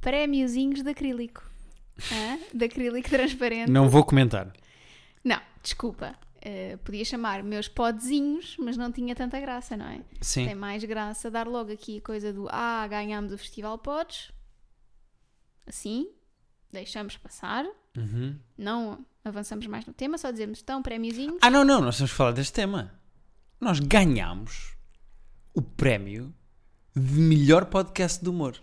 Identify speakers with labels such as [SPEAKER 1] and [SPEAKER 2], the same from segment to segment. [SPEAKER 1] prémiozinhos de acrílico. Hã? De acrílico transparente.
[SPEAKER 2] Não vou comentar.
[SPEAKER 1] Não, desculpa. Eh, podia chamar meus podzinhos, mas não tinha tanta graça, não é? Tem
[SPEAKER 2] Sim.
[SPEAKER 1] mais graça dar logo aqui a coisa do Ah, ganhámos o Festival Pods. Assim, deixamos passar.
[SPEAKER 2] Uhum.
[SPEAKER 1] Não avançamos mais no tema, só dizemos então prémiozinhos.
[SPEAKER 2] Ah, não, não, nós temos que falar deste tema. Nós ganhámos o prémio de melhor podcast de humor.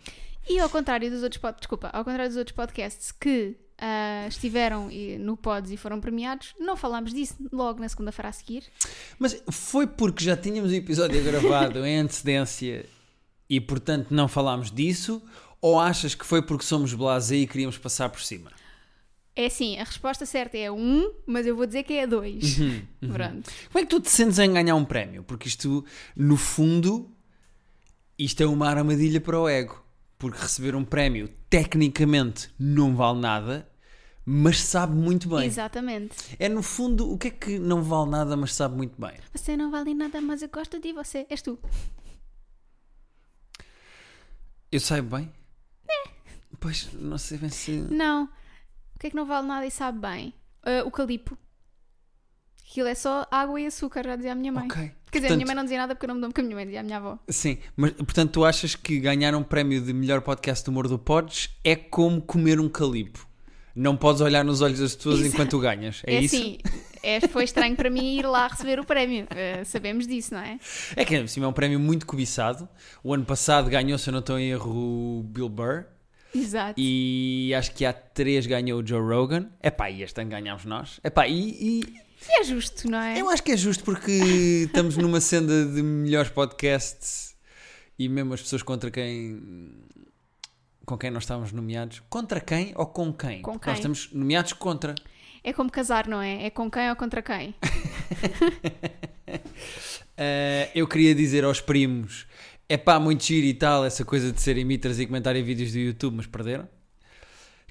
[SPEAKER 1] E ao contrário dos outros pod... desculpa, ao contrário dos outros podcasts que ah, estiveram e- no Pods e foram premiados, não falámos disso logo na segunda-feira a seguir.
[SPEAKER 2] Mas foi porque já tínhamos o episódio gravado em antecedência e, portanto, não falámos disso? Ou achas que foi porque somos blasé e queríamos passar por cima?
[SPEAKER 1] É assim, a resposta certa é a um, mas eu vou dizer que é a dois.
[SPEAKER 2] Uhum,
[SPEAKER 1] Pronto.
[SPEAKER 2] Como é que tu te sentes em ganhar um prémio? Porque isto, no fundo, isto é uma armadilha para o ego. Porque receber um prémio, tecnicamente, não vale nada, mas sabe muito bem.
[SPEAKER 1] Exatamente.
[SPEAKER 2] É, no fundo, o que é que não vale nada, mas sabe muito bem?
[SPEAKER 1] Você não vale nada, mas eu gosto de você. És tu.
[SPEAKER 2] Eu saio bem? É. Pois, não sei bem se...
[SPEAKER 1] Não. O que é que não vale nada e sabe bem? Ah, o calipo. Aquilo é só água e açúcar, já dizia a minha mãe.
[SPEAKER 2] Ok.
[SPEAKER 1] Quer dizer, a
[SPEAKER 2] Portanto,
[SPEAKER 1] minha mãe não dizia nada porque eu não me dou porque a minha mãe dizia a minha avó.
[SPEAKER 2] Sim, mas portanto tu achas que ganhar um prémio de melhor podcast do humor do Pods é como comer um calipo. Não podes olhar nos olhos das pessoas
[SPEAKER 1] Exato.
[SPEAKER 2] enquanto ganhas. É, isso?
[SPEAKER 1] assim, é- foi estranho para mim ir lá receber o prémio. Ah, sabemos disso, não é?
[SPEAKER 2] É que ainda por cima, é um prémio muito cobiçado. O ano passado ganhou, se eu não estou em erro, o Bill Burr.
[SPEAKER 1] Exato.
[SPEAKER 2] E acho que há três ganhou o Joe Rogan. Epá, e este ano ganhámos nós. Epá, e, e
[SPEAKER 1] E é justo, não é?
[SPEAKER 2] eu acho que é justo porque estamos numa senda de melhores podcasts e mesmo as pessoas contra quem com quem nós estávamos nomeados. Contra quem ou com quem?
[SPEAKER 1] Com
[SPEAKER 2] Porque Nós
[SPEAKER 1] quem.
[SPEAKER 2] estamos nomeados contra.
[SPEAKER 1] É como casar, não é? É com quem ou contra quem?
[SPEAKER 2] Eh, eu queria dizer aos primos: é pá, muito giro e tal, essa coisa de serem mitras e comentarem vídeos do YouTube, mas perderam.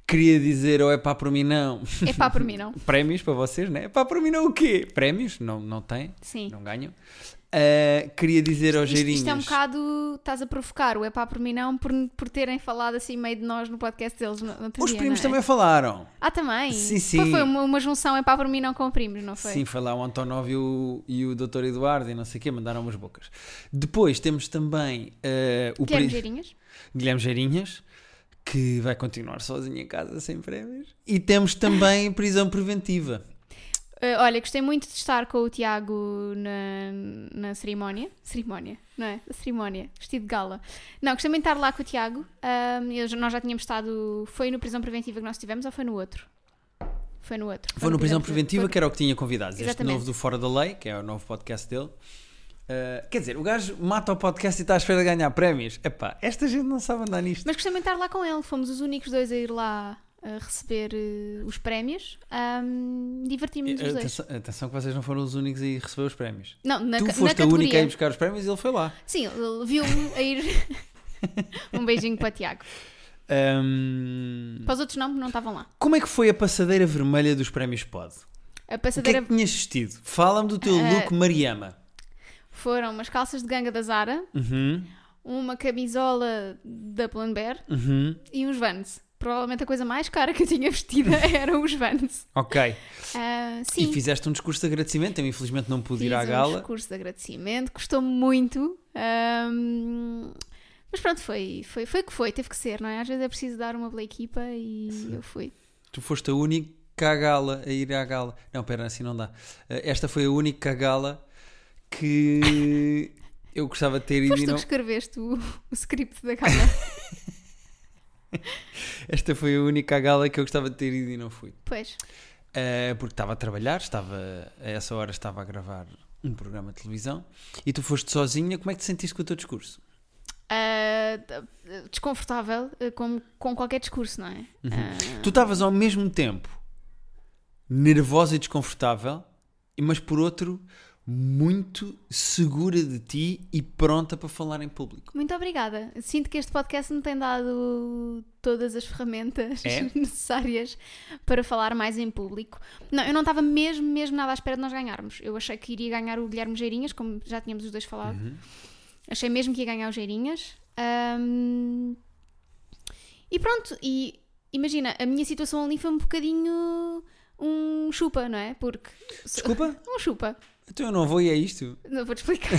[SPEAKER 2] Queria dizer, ou é pá, por mim não.
[SPEAKER 1] É pá, por mim, não?
[SPEAKER 2] Prémios para vocês, né? É pá, por mim não o quê? Prémios? Não, não tem,
[SPEAKER 1] Sim.
[SPEAKER 2] não ganham. Eh, queria dizer aos
[SPEAKER 1] Isto,
[SPEAKER 2] geirinhos.
[SPEAKER 1] isto é um bocado. Estás a provocar o é pá, por mim, não, por, por terem falado assim meio de nós no podcast deles. No, no outro
[SPEAKER 2] Os
[SPEAKER 1] dia,
[SPEAKER 2] primos
[SPEAKER 1] não é?
[SPEAKER 2] também falaram.
[SPEAKER 1] Ah, também?
[SPEAKER 2] Sim,
[SPEAKER 1] Pois
[SPEAKER 2] sim.
[SPEAKER 1] Foi uma, uma junção é pá, por mim, não com primos, não foi?
[SPEAKER 2] Sim, foi lá o Antonov e o, e o Dr. Eduardo e não sei o quê, mandaram umas bocas. Depois temos também eh, o
[SPEAKER 1] Guilherme
[SPEAKER 2] pri-
[SPEAKER 1] Geirinhas?
[SPEAKER 2] Guilherme Geirinhas, que vai continuar sozinho em casa sem prémios. E temos também prisão preventiva.
[SPEAKER 1] Eh, olha, gostei muito de estar com o Tiago na, na cerimónia. Cerimónia, não é? A cerimónia, vestido de gala. Não, gostei muito de estar lá com o Tiago. Ahm, eu já- nós já tínhamos estado. Foi no prisão preventiva que nós tivemos ou foi no outro? Foi no outro.
[SPEAKER 2] Foi no prisão
[SPEAKER 1] Prevent-
[SPEAKER 2] preventiva,
[SPEAKER 1] foi-
[SPEAKER 2] que era o que tinha convidados. Este
[SPEAKER 1] Exatamente.
[SPEAKER 2] novo do Fora da Lei, que é o novo podcast dele. Eh, quer dizer, o gajo mata o podcast e está à espera de ganhar prémios. Epá, esta gente não sabe andar nisto.
[SPEAKER 1] Mas gostei muito de estar lá com ele. Fomos os únicos dois a ir lá a receber eh, os prémios. Ahm, Divertimos-nos os dois.
[SPEAKER 2] Eh, Atenção, atenção que vocês não foram os únicos a ir receber os prémios.
[SPEAKER 1] Não, na, ca-
[SPEAKER 2] tu
[SPEAKER 1] na
[SPEAKER 2] foste a única
[SPEAKER 1] categoria.
[SPEAKER 2] a ir buscar os prémios e ele foi lá.
[SPEAKER 1] Sim, ele viu-me a ir. um beijinho para Tiago.
[SPEAKER 2] Hum,
[SPEAKER 1] Para os outros não, porque não estavam lá.
[SPEAKER 2] como é que foi a passadeira vermelha dos prémios
[SPEAKER 1] A
[SPEAKER 2] Pod? O que é
[SPEAKER 1] passadeira
[SPEAKER 2] que tinhas vestido? Fala-me do teu
[SPEAKER 1] Ah.
[SPEAKER 2] look Mariama.
[SPEAKER 1] foram umas calças de ganga da Zara,
[SPEAKER 2] Uhum,
[SPEAKER 1] uma camisola da Pull&Bear
[SPEAKER 2] uhum,
[SPEAKER 1] e uns Vans. Provavelmente a coisa mais cara que eu tinha vestida eram os Vans.
[SPEAKER 2] ok.
[SPEAKER 1] Ah,
[SPEAKER 2] E
[SPEAKER 1] sim,
[SPEAKER 2] fizeste um discurso de agradecimento. Eu infelizmente não pude ir à
[SPEAKER 1] fiz um
[SPEAKER 2] gala.
[SPEAKER 1] discurso de agradecimento, custou-me muito. ahm, mas pronto, foi, foi, foi o que foi, teve que ser, não é? Às vezes é preciso dar uma boa equipa e eu fui.
[SPEAKER 2] Tu foste a única à gala, a ir à gala. Não, pera, assim não dá. Eh, Esta foi a única gala que eu gostava de ter ido
[SPEAKER 1] Foste
[SPEAKER 2] e
[SPEAKER 1] tu
[SPEAKER 2] não.
[SPEAKER 1] que escreveste o, o script da gala.
[SPEAKER 2] Esta foi a única gala que eu gostava de ter ido e não fui.
[SPEAKER 1] pois.
[SPEAKER 2] Eh, porque estava a trabalhar, estava, a essa hora estava a gravar um programa de televisão e tu foste sozinha. Como é que te sentiste com o teu discurso?
[SPEAKER 1] Ah, d- desconfortável ah, com, com qualquer discurso, não é? Ah,
[SPEAKER 2] Tu estavas ao mesmo tempo nervosa e desconfortável, mas por outro, muito segura de ti e pronta para falar em público.
[SPEAKER 1] muito obrigada. Sinto que este podcast me tem dado todas as ferramentas
[SPEAKER 2] É?
[SPEAKER 1] necessárias para falar mais em público. Não, eu não estava mesmo, mesmo nada à espera de nós ganharmos. Eu achei que iria ganhar o Guilherme Geirinhas, como já tínhamos os dois falado.
[SPEAKER 2] Uhum.
[SPEAKER 1] Achei mesmo que ia ganhar o Geirinhas. Ahm, E pronto, e imagina, a minha situação ali foi um bocadinho um chupa, não é? Porque.
[SPEAKER 2] Desculpa?
[SPEAKER 1] Um chupa.
[SPEAKER 2] Então eu não vou e é isto.
[SPEAKER 1] Não vou-te explicar.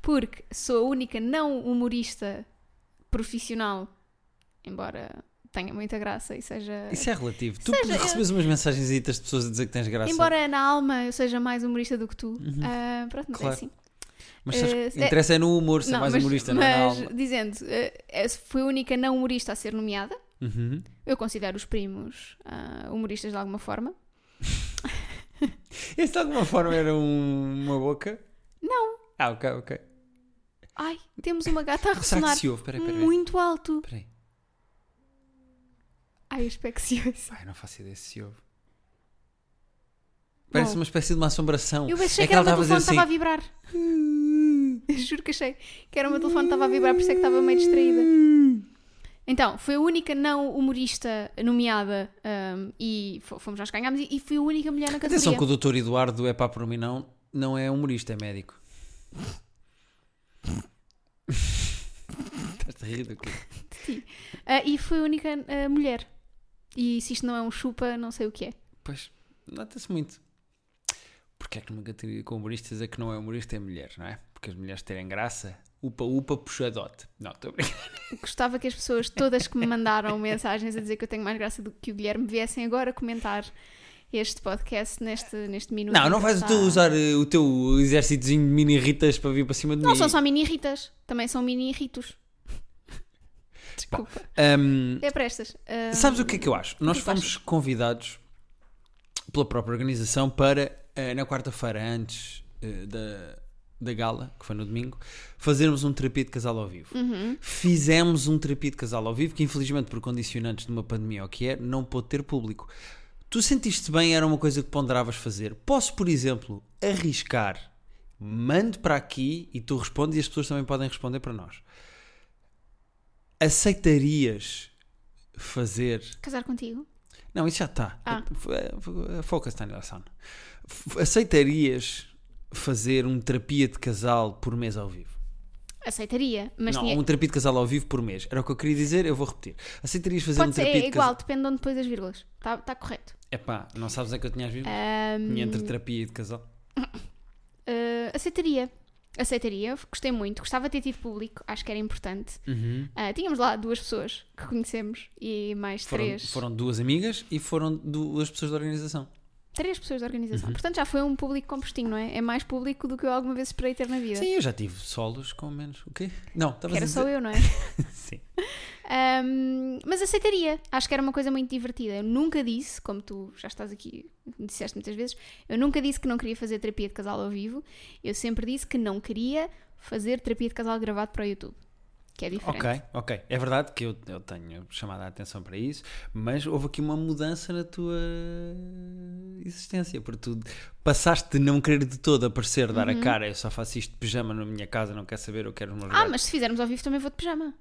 [SPEAKER 1] Porque sou a única não humorista profissional, embora tenha muita graça e seja.
[SPEAKER 2] Isso é relativo. Tu
[SPEAKER 1] Seja, eu-
[SPEAKER 2] recebes umas mensagens de pessoas a dizer que tens graça. Uhum.
[SPEAKER 1] Embora na alma eu seja mais humorista do que tu. ah, pronto, mas
[SPEAKER 2] Claro.
[SPEAKER 1] é assim.
[SPEAKER 2] mas sabes, que
[SPEAKER 1] eh,
[SPEAKER 2] interessa é no humor, ser mais
[SPEAKER 1] mas,
[SPEAKER 2] humorista, não é na
[SPEAKER 1] mas
[SPEAKER 2] alma.
[SPEAKER 1] dizendo, eh, eh, fui a única não humorista a ser nomeada.
[SPEAKER 2] Uhum.
[SPEAKER 1] Eu considero os primos ah, humoristas de alguma forma.
[SPEAKER 2] Esse de alguma forma era um- uma boca?
[SPEAKER 1] Não.
[SPEAKER 2] Ah, ok, ok.
[SPEAKER 1] Ai, temos uma gata a
[SPEAKER 2] Será
[SPEAKER 1] ressonar
[SPEAKER 2] que se ouve? Peraí, peraí. peraí.
[SPEAKER 1] muito alto.
[SPEAKER 2] peraí.
[SPEAKER 1] Ai, eu espero que se ouça.
[SPEAKER 2] Ai, não faço ideia se se ouve. Parece uma espécie de uma assombração.
[SPEAKER 1] Eu achei
[SPEAKER 2] É
[SPEAKER 1] que, era o meu
[SPEAKER 2] ela
[SPEAKER 1] telefone
[SPEAKER 2] estava
[SPEAKER 1] estava a
[SPEAKER 2] a dizer
[SPEAKER 1] vibrar.
[SPEAKER 2] assim.
[SPEAKER 1] Juro que achei que era o meu telefone estava a vibrar, por isso é que estava meio distraída. Então, foi a única não humorista nomeada ahm, e fo- fomos nós que ganhámos e, e fui a única mulher na categoria.
[SPEAKER 2] Atenção que o doutor Eduardo é pá por mim não, não é humorista, é médico. Estás a rir do quê?
[SPEAKER 1] Ah, e fui a única ah, mulher. E se isto não é um chupa, não sei o que é.
[SPEAKER 2] Pois, nota-se muito. Porque é que numa categoria com humoristas é que não é humorista, é mulher, não é? Porque as mulheres terem graça, upa, upa, puxadote. Não, estou a brincar.
[SPEAKER 1] Gostava que as pessoas todas que me mandaram mensagens a dizer que eu tenho mais graça do que o Guilherme viessem agora comentar este podcast neste, neste minuto.
[SPEAKER 2] Não,
[SPEAKER 1] em
[SPEAKER 2] não
[SPEAKER 1] que
[SPEAKER 2] vais
[SPEAKER 1] está-
[SPEAKER 2] tu usar eh, o teu exércitozinho de mini ritas para vir para cima de mim.
[SPEAKER 1] Não são só mini-ritas, também são mini-ritos. Desculpa.
[SPEAKER 2] Ahm,
[SPEAKER 1] É prestas. Ah,
[SPEAKER 2] Sabes o que é que eu acho? Nós
[SPEAKER 1] que tu
[SPEAKER 2] fomos convidados pela própria organização para, eh, na quarta-feira, antes eh, da, da gala, que foi no domingo, fazermos um terapia de casal ao vivo. Fizemos um terapia de casal ao vivo, que infelizmente, por condicionantes de uma pandemia ou o que é, não pôde ter público. Tu sentiste bem, era uma coisa que ponderavas fazer. Posso, por exemplo, arriscar, mando para aqui e tu respondes e as pessoas também podem responder para nós. Aceitarias fazer
[SPEAKER 1] Casar contigo?
[SPEAKER 2] não, isso já está.
[SPEAKER 1] Ah.
[SPEAKER 2] Foca-se na relação. F- Aceitarias fazer um terapia de casal por mês ao vivo?
[SPEAKER 1] Aceitaria, mas
[SPEAKER 2] não,
[SPEAKER 1] tinha...
[SPEAKER 2] um terapia de casal ao vivo por mês. Era o que eu queria dizer, eu vou repetir. Aceitarias fazer um
[SPEAKER 1] Pode ser,
[SPEAKER 2] terapia
[SPEAKER 1] é
[SPEAKER 2] de
[SPEAKER 1] igual,
[SPEAKER 2] casal?
[SPEAKER 1] depende de onde depois as vírgulas. Está tá correto.
[SPEAKER 2] Epá, não sabes é que eu tinha as vivo?
[SPEAKER 1] Ahm,
[SPEAKER 2] Tinha entre terapia e de casal.
[SPEAKER 1] ah, aceitaria. Aceitaria, gostei muito. Gostava de ter tido público, acho que era importante.
[SPEAKER 2] Uhum.
[SPEAKER 1] Ah, tínhamos lá duas pessoas que conhecemos e mais
[SPEAKER 2] Foram,
[SPEAKER 1] três.
[SPEAKER 2] foram duas amigas e foram duas pessoas da organização.
[SPEAKER 1] Três pessoas da
[SPEAKER 2] Uhum.
[SPEAKER 1] organização. Portanto, já foi um público compostinho, não é? É mais público do que eu alguma vez esperei ter na vida.
[SPEAKER 2] Sim, eu já tive solos com menos. O quê? Não,
[SPEAKER 1] Que
[SPEAKER 2] estavas a
[SPEAKER 1] era só
[SPEAKER 2] dizer...
[SPEAKER 1] eu, não é?
[SPEAKER 2] Sim.
[SPEAKER 1] Ahm, mas aceitaria. Acho que era uma coisa muito divertida. Eu nunca disse, como tu já estás aqui, disseste muitas vezes, eu nunca disse que não queria fazer terapia de casal ao vivo. Eu sempre disse que não queria fazer terapia de casal gravado para o YouTube. Que é diferente.
[SPEAKER 2] Ok, ok. É verdade que eu, eu tenho chamado a atenção para isso, mas houve aqui uma mudança na tua existência, porque tu passaste de não querer de todo aparecer, dar
[SPEAKER 1] Uhum.
[SPEAKER 2] a cara, eu só faço isto de pijama na minha casa, não quero saber, eu quero os meus
[SPEAKER 1] Ah,
[SPEAKER 2] gatos.
[SPEAKER 1] mas se fizermos ao vivo também vou de pijama.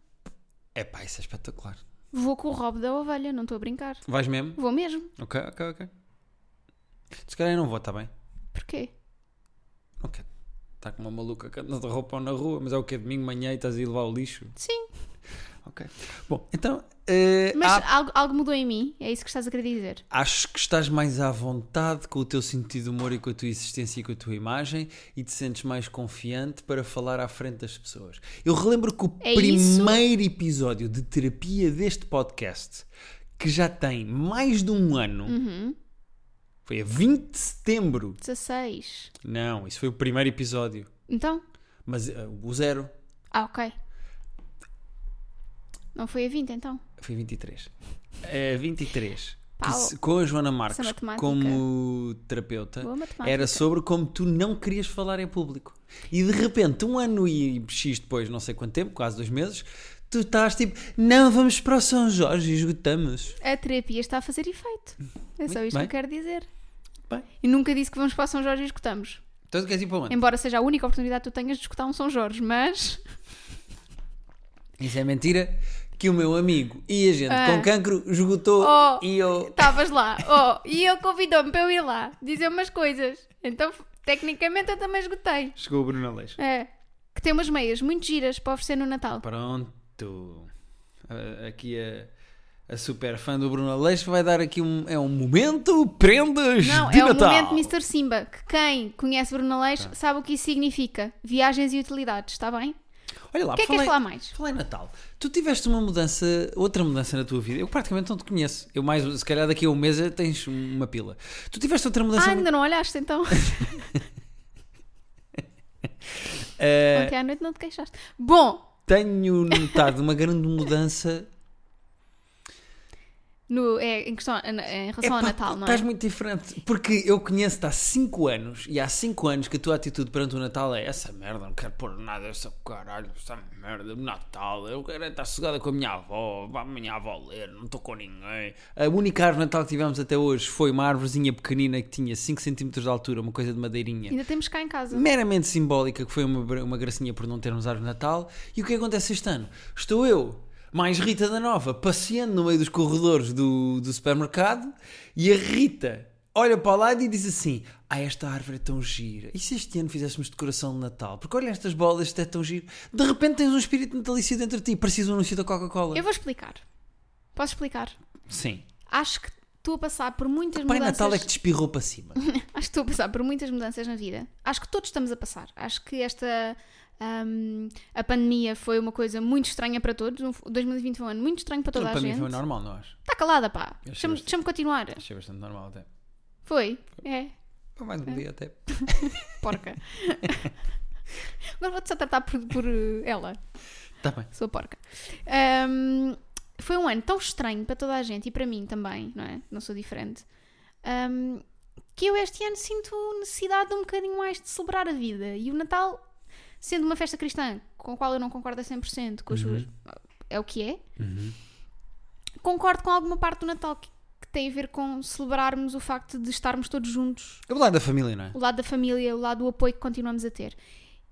[SPEAKER 2] Epá, isso é espetacular.
[SPEAKER 1] Vou com o Rob da ovelha, não estou a brincar.
[SPEAKER 2] Vais mesmo?
[SPEAKER 1] Vou mesmo.
[SPEAKER 2] Ok, ok, ok. Se calhar eu não vou, está bem?
[SPEAKER 1] Porquê?
[SPEAKER 2] Não quero. Está com uma maluca que anda de roupa na rua, mas é o que é domingo, de manhã e estás a ir levar o lixo.
[SPEAKER 1] Sim.
[SPEAKER 2] Ok. Bom, então. eh,
[SPEAKER 1] Mas
[SPEAKER 2] há
[SPEAKER 1] algo, algo mudou em mim, é isso que estás a querer dizer.
[SPEAKER 2] Acho que estás mais à vontade com o teu sentido de humor e com a tua existência e com a tua imagem e te sentes mais confiante para falar à frente das pessoas. Eu relembro que o
[SPEAKER 1] É isso?
[SPEAKER 2] primeiro episódio de terapia deste podcast, que já tem mais de um ano,
[SPEAKER 1] Uhum.
[SPEAKER 2] foi a 20 de setembro.
[SPEAKER 1] 16.
[SPEAKER 2] Não, isso foi o primeiro episódio,
[SPEAKER 1] Então?
[SPEAKER 2] mas eh, o zero
[SPEAKER 1] Ah, ok. Não foi a 20 então?
[SPEAKER 2] foi 23. Eh, 23. que
[SPEAKER 1] Pau. é
[SPEAKER 2] se- com a Joana Marques
[SPEAKER 1] matemática.
[SPEAKER 2] como terapeuta.
[SPEAKER 1] Boa matemática.
[SPEAKER 2] Eh, Era sobre como tu não querias falar em público. E de repente, um ano e X depois, não sei quanto tempo, quase dois meses, tu estás tipo, não, vamos para o São Jorge e esgotamos.
[SPEAKER 1] A terapia está a fazer efeito. É só
[SPEAKER 2] Muito
[SPEAKER 1] isto que
[SPEAKER 2] bem.
[SPEAKER 1] eu quero dizer.
[SPEAKER 2] Bem.
[SPEAKER 1] E nunca disse que vamos para São Jorge e escutamos.
[SPEAKER 2] Então tu queres ir para onde?
[SPEAKER 1] Embora seja a única oportunidade que tu tenhas de escutar um São Jorge, mas.
[SPEAKER 2] Isso é mentira que o meu amigo e a gente
[SPEAKER 1] Ah.
[SPEAKER 2] com cancro esgotou
[SPEAKER 1] Oh.
[SPEAKER 2] e eu...
[SPEAKER 1] Estavas lá, oh, e ele convidou-me para eu ir lá dizer umas coisas. Então, tecnicamente, eu também esgotei.
[SPEAKER 2] Chegou o Bruno Aleixo.
[SPEAKER 1] É. Que tem umas meias muito giras para oferecer no Natal.
[SPEAKER 2] Pronto. Ah, Aqui a... a super fã do Bruno Aleixo, vai dar aqui um, é um momento prendas
[SPEAKER 1] Não,
[SPEAKER 2] de
[SPEAKER 1] é
[SPEAKER 2] Natal. Tá.
[SPEAKER 1] o momento Mr. Simba, que quem conhece Bruno Aleixo sabe o que isso significa. Viagens e utilidades, está bem?
[SPEAKER 2] Olha lá,
[SPEAKER 1] O que é que
[SPEAKER 2] falei,
[SPEAKER 1] queres falar mais?
[SPEAKER 2] falei em Natal. Tu tiveste uma mudança, outra mudança na tua vida. Eu praticamente não te conheço. Eu mais, se calhar daqui a um mês tens uma pila. Tu tiveste outra mudança
[SPEAKER 1] Ah,
[SPEAKER 2] muito-
[SPEAKER 1] ainda não olhaste então?
[SPEAKER 2] Eh,
[SPEAKER 1] Ontem à noite não te queixaste. Bom,
[SPEAKER 2] tenho notado uma grande mudança
[SPEAKER 1] no, é, em, questão, em relação ao
[SPEAKER 2] Epá,
[SPEAKER 1] Natal,
[SPEAKER 2] tu
[SPEAKER 1] não é?
[SPEAKER 2] Estás muito diferente. Porque eu conheço-te há 5 anos e há 5 anos que a tua atitude perante o Natal é essa merda, não quero pôr nada, essa caralho, essa merda, o Natal, eu quero é estar sossegada com a minha avó, vá a minha avó ler, não estou com ninguém. A única árvore de Natal que tivemos até hoje foi uma árvorezinha pequenina que tinha 5 cm de altura, uma coisa de madeirinha
[SPEAKER 1] Ainda temos cá em casa.
[SPEAKER 2] meramente simbólica, que foi uma, bra- uma gracinha por não termos árvore de Natal. E o que acontece este ano? Estou eu, mais Rita da Nova, passeando no meio dos corredores do, do supermercado e a Rita olha para o lado e diz assim: Ah, esta árvore é tão gira. E se este ano fizéssemos decoração de Natal? Porque olha estas bolas, isto é tão giro. De repente tens um espírito natalício dentro de ti, preciso um anúncio da Coca-Cola.
[SPEAKER 1] Eu vou explicar. Posso explicar?
[SPEAKER 2] Sim.
[SPEAKER 1] Acho que estou a passar por muitas
[SPEAKER 2] Pai
[SPEAKER 1] mudanças.
[SPEAKER 2] Natal é que te espirrou para cima.
[SPEAKER 1] Acho que estou a passar por muitas mudanças na vida. Acho que todos estamos a passar. Acho que esta. hum, a pandemia foi uma coisa muito estranha para todos. Um f- 2020 foi um ano muito estranho para toda
[SPEAKER 2] para
[SPEAKER 1] a
[SPEAKER 2] mim foi um
[SPEAKER 1] gente.
[SPEAKER 2] normal, não acho.
[SPEAKER 1] Está calada, pá.
[SPEAKER 2] Eu
[SPEAKER 1] Deixa-me
[SPEAKER 2] sei.
[SPEAKER 1] deixa-me continuar.
[SPEAKER 2] Achei bastante normal até.
[SPEAKER 1] Foi. É.
[SPEAKER 2] Para mais um dia até.
[SPEAKER 1] Porca. Agora vou-te só tratar por, por eh, ela.
[SPEAKER 2] Está Tá bem.
[SPEAKER 1] Sou porca. Ahm, foi um ano tão estranho para toda a gente e para mim também, não é? Não sou diferente. Ahm, que eu este ano sinto necessidade de um bocadinho mais de celebrar a vida. E o Natal, sendo uma festa cristã com a qual eu não concordo a 100%, com as suas. É o que é. Concordo com alguma parte do Natal que, que tem a ver com celebrarmos o facto de estarmos todos juntos
[SPEAKER 2] É o lado da família, não é?
[SPEAKER 1] o lado da família, o lado do apoio que continuamos a ter.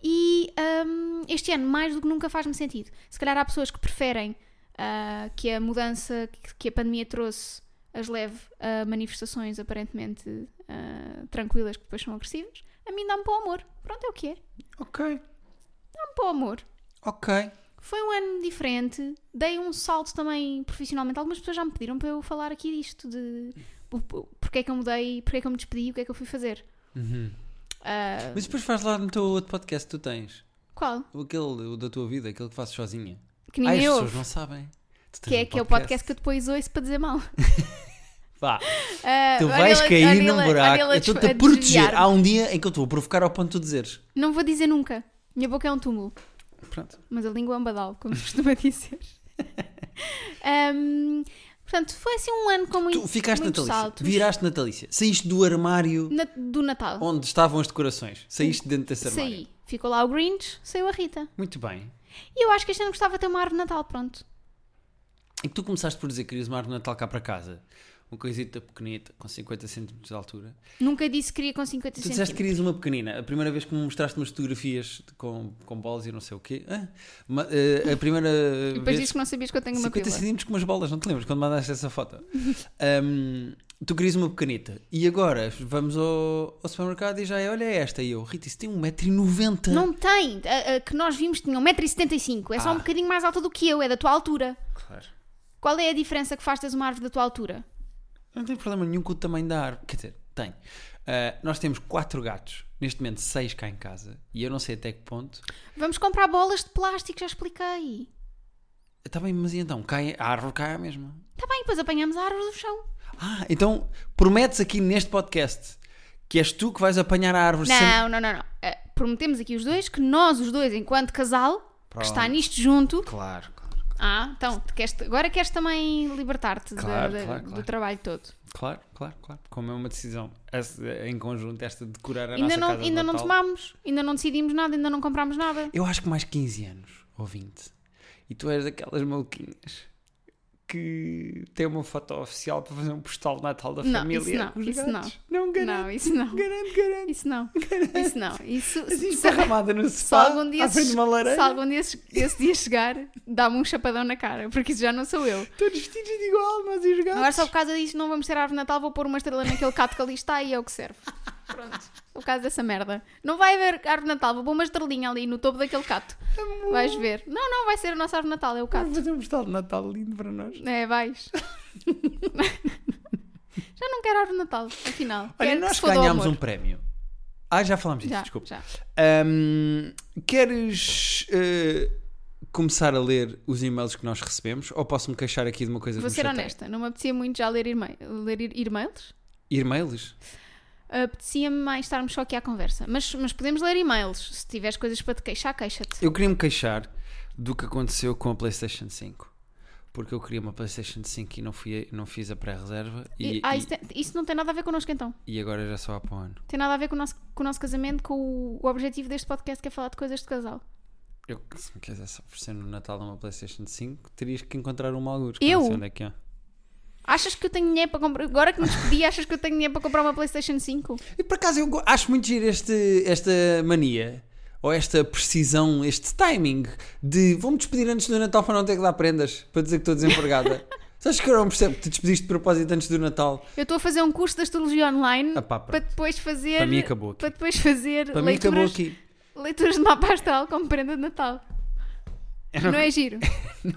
[SPEAKER 1] E hum, este ano, mais do que nunca, faz-me sentido. Se calhar há pessoas que preferem ah, que a mudança que- que a pandemia trouxe as leve a manifestações aparentemente ah, tranquilas que depois são agressivas. A mim dá-me para o amor. Pronto, é o que é. Dá-me
[SPEAKER 2] Ok.
[SPEAKER 1] para o amor.
[SPEAKER 2] Ok.
[SPEAKER 1] Foi um ano diferente, dei um salto também profissionalmente. Algumas pessoas já me pediram para eu falar aqui disto, de o- o- porque é que eu mudei, porque é que eu me despedi, o que é que eu fui fazer. Ah,
[SPEAKER 2] Mas depois faz lá no teu outro podcast que tu tens.
[SPEAKER 1] qual?
[SPEAKER 2] O Aquele o da tua vida, aquele que fazes sozinha.
[SPEAKER 1] que
[SPEAKER 2] Ah, as
[SPEAKER 1] ninguém
[SPEAKER 2] pessoas
[SPEAKER 1] ouve.
[SPEAKER 2] não sabem. Tu tens
[SPEAKER 1] Que é,
[SPEAKER 2] um
[SPEAKER 1] que é o podcast que eu depois ouço para dizer mal.
[SPEAKER 2] Vá,
[SPEAKER 1] Ah,
[SPEAKER 2] tu
[SPEAKER 1] olha ele-
[SPEAKER 2] vais
[SPEAKER 1] olha
[SPEAKER 2] cair
[SPEAKER 1] ele-
[SPEAKER 2] num
[SPEAKER 1] olha
[SPEAKER 2] buraco.
[SPEAKER 1] ele
[SPEAKER 2] Eu estou-te a
[SPEAKER 1] desviar-me.
[SPEAKER 2] proteger. Há um dia em que eu estou a provocar ao ponto de tu dizeres.
[SPEAKER 1] Não vou dizer nunca. Minha boca é um túmulo.
[SPEAKER 2] Pronto.
[SPEAKER 1] Mas a língua é um badal, como se costuma dizer. Ahm, portanto, foi assim um ano com muito,
[SPEAKER 2] Tu ficaste
[SPEAKER 1] muitos
[SPEAKER 2] natalícia.
[SPEAKER 1] saltos.
[SPEAKER 2] Viraste natalícia. Saíste do armário
[SPEAKER 1] Na- do Natal.
[SPEAKER 2] onde é estavam as decorações. Saíste dentro desse armário.
[SPEAKER 1] Saí. Ficou lá o Grinch, saiu a Rita.
[SPEAKER 2] Muito bem.
[SPEAKER 1] E eu acho que este ano gostava de ter uma árvore de Natal, pronto.
[SPEAKER 2] E que tu começaste por dizer que querias uma árvore de Natal cá para casa. Uma coisita pequenita, com 50 cm de altura.
[SPEAKER 1] Nunca disse que queria com 50
[SPEAKER 2] Tu disseste
[SPEAKER 1] centímetros.
[SPEAKER 2] que querias uma pequenina. A primeira vez que me mostraste umas fotografias de- com, com bolas e não sei o quê. Ah, ma- eh, a primeira
[SPEAKER 1] E depois
[SPEAKER 2] vez.
[SPEAKER 1] disse que não sabias que eu tenho uma
[SPEAKER 2] 50
[SPEAKER 1] pila.
[SPEAKER 2] centímetros com umas bolas, não te lembras? Quando mandaste essa foto. Ahm, tu querias uma pequenita. E agora vamos ao, ao supermercado e já é, olha esta. E eu, Rita, isso tem 1,90m.
[SPEAKER 1] Não tem. A, a que nós vimos tinha 1,75m. É só
[SPEAKER 2] Ah.
[SPEAKER 1] um bocadinho mais alta do que eu, é da tua altura.
[SPEAKER 2] Claro.
[SPEAKER 1] Qual é a diferença que faz teres uma árvore da tua altura?
[SPEAKER 2] Não tem problema nenhum com o tamanho da árvore. Quer dizer, tem. Ah, nós temos quatro gatos, neste momento seis cá em casa, e eu não sei até que ponto.
[SPEAKER 1] Vamos comprar bolas de plástico, já expliquei.
[SPEAKER 2] Está bem, mas e então? Cai, a árvore cai a mesma.
[SPEAKER 1] Está Tá bem, depois apanhamos a árvore do chão.
[SPEAKER 2] Ah, então prometes aqui neste podcast que és tu que vais apanhar a árvore sempre.
[SPEAKER 1] Não, não, não, não. Eh, prometemos aqui os dois que nós, os dois, enquanto casal,
[SPEAKER 2] Pronto.
[SPEAKER 1] que está nisto junto.
[SPEAKER 2] Claro, claro.
[SPEAKER 1] Ah, então, te queres- agora queres também libertar-te da-
[SPEAKER 2] Claro,
[SPEAKER 1] da-
[SPEAKER 2] claro, claro.
[SPEAKER 1] do trabalho todo.
[SPEAKER 2] Claro, claro, claro. Como é uma decisão essa- em conjunto, esta de decorar a
[SPEAKER 1] ainda
[SPEAKER 2] nossa
[SPEAKER 1] não,
[SPEAKER 2] casa de
[SPEAKER 1] ainda não
[SPEAKER 2] Natal.
[SPEAKER 1] tomámos, ainda não decidimos nada, ainda não comprámos nada.
[SPEAKER 2] Eu acho que mais 15 anos, ou 20. E tu és daquelas maluquinhas que tem uma foto oficial para fazer um postal de Natal da
[SPEAKER 1] Não,
[SPEAKER 2] família.
[SPEAKER 1] isso não,
[SPEAKER 2] com os
[SPEAKER 1] isso
[SPEAKER 2] gatos. Não, garanto,
[SPEAKER 1] Não, isso não.
[SPEAKER 2] garanto, garanto.
[SPEAKER 1] Isso não. Isso não. Isso,
[SPEAKER 2] Assim,
[SPEAKER 1] se-
[SPEAKER 2] esparramada no
[SPEAKER 1] Se
[SPEAKER 2] sofá,
[SPEAKER 1] algum dia,
[SPEAKER 2] à frente de uma lareira,
[SPEAKER 1] se algum dia esse- esse dia chegar, dá-me um chapadão na cara, porque isso já não sou eu.
[SPEAKER 2] todos vestidos de igual, mas e os gatos?
[SPEAKER 1] é Agora só por causa disso não vamos ter árvore de Natal, vou pôr uma estrela naquele cato que ali está e é o que serve. Pronto. por causa dessa merda. Não vai haver árvore de Natal, vou pôr uma estrelinha ali no topo daquele cato. Vais ver. Não, não, vai ser a nossa árvore de Natal, é o cato.
[SPEAKER 2] Vamos fazer um estado de Natal lindo para nós.
[SPEAKER 1] É, vais. já não quero árvore de Natal, afinal.
[SPEAKER 2] Olha,
[SPEAKER 1] quero que
[SPEAKER 2] nós
[SPEAKER 1] se foda o
[SPEAKER 2] ganhámos
[SPEAKER 1] amor.
[SPEAKER 2] um prémio. Ah, já falámos disso,
[SPEAKER 1] Já,
[SPEAKER 2] desculpa.
[SPEAKER 1] já.
[SPEAKER 2] Ahm, queres eh, começar a ler os e-mails que nós recebemos? Ou posso-me queixar aqui de uma coisa
[SPEAKER 1] Vou
[SPEAKER 2] que me
[SPEAKER 1] ser
[SPEAKER 2] chateia?
[SPEAKER 1] honesta, não me apetecia muito já ler e-mail- ler e- e-mails.
[SPEAKER 2] E-mails?
[SPEAKER 1] Apetecia-me mais estarmos só aqui à conversa. Mas, mas podemos ler e-mails. Se tiveres coisas para te queixar, queixa-te.
[SPEAKER 2] Eu queria me queixar do que aconteceu com a PlayStation 5. Porque eu queria uma PlayStation 5 e não, fui, não fiz a pré-reserva. E,
[SPEAKER 1] E- ah,
[SPEAKER 2] e-
[SPEAKER 1] isso, tem- isso não tem nada a ver connosco então.
[SPEAKER 2] e agora já só há para um ano.
[SPEAKER 1] Tem nada a ver com o nosso, com o nosso casamento, com o, o objetivo deste podcast que é falar de coisas de casal.
[SPEAKER 2] Eu, se me quisesse oferecer no Natal uma PlayStation 5, terias que encontrar uma algures.
[SPEAKER 1] Eu?
[SPEAKER 2] Não sei onde é que é.
[SPEAKER 1] Achas que eu tenho dinheiro para comprar? Agora que me despedi, achas que eu tenho dinheiro para comprar uma PlayStation 5?
[SPEAKER 2] E por acaso eu go- acho muito giro este, esta mania, ou esta precisão, este timing de vou-me despedir antes do Natal para não ter que dar prendas, para dizer que estou desempregada. Sabes que eu não percebo que te despediste de propósito antes do Natal?
[SPEAKER 1] Eu estou a fazer um curso de astrologia online
[SPEAKER 2] Ah pá,
[SPEAKER 1] para
[SPEAKER 2] pronto.
[SPEAKER 1] depois fazer.
[SPEAKER 2] Para mim acabou aqui.
[SPEAKER 1] para depois fazer
[SPEAKER 2] Para mim acabou
[SPEAKER 1] leituras,
[SPEAKER 2] aqui.
[SPEAKER 1] leituras de mapa astral como prenda de Natal. Não é giro.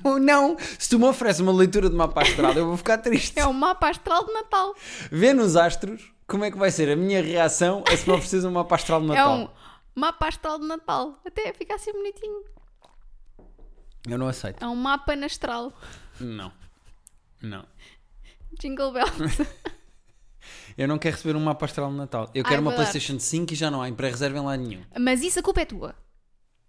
[SPEAKER 2] Não, não, se tu me ofereces uma leitura de mapa astral, eu vou ficar triste.
[SPEAKER 1] É um mapa astral de Natal.
[SPEAKER 2] Vê nos astros como é que vai ser a minha reação a se me ofereces um mapa astral de Natal.
[SPEAKER 1] É um mapa astral de Natal. Até fica assim bonitinho.
[SPEAKER 2] Eu não aceito.
[SPEAKER 1] É um mapa astral.
[SPEAKER 2] Não. Não.
[SPEAKER 1] Jingle Bells.
[SPEAKER 2] Eu não quero receber um mapa astral de Natal. Eu
[SPEAKER 1] Ai,
[SPEAKER 2] quero uma
[SPEAKER 1] vou dar-te.
[SPEAKER 2] PlayStation 5 e já não há em pré-reserva em lado nenhum.
[SPEAKER 1] Mas isso a culpa é tua.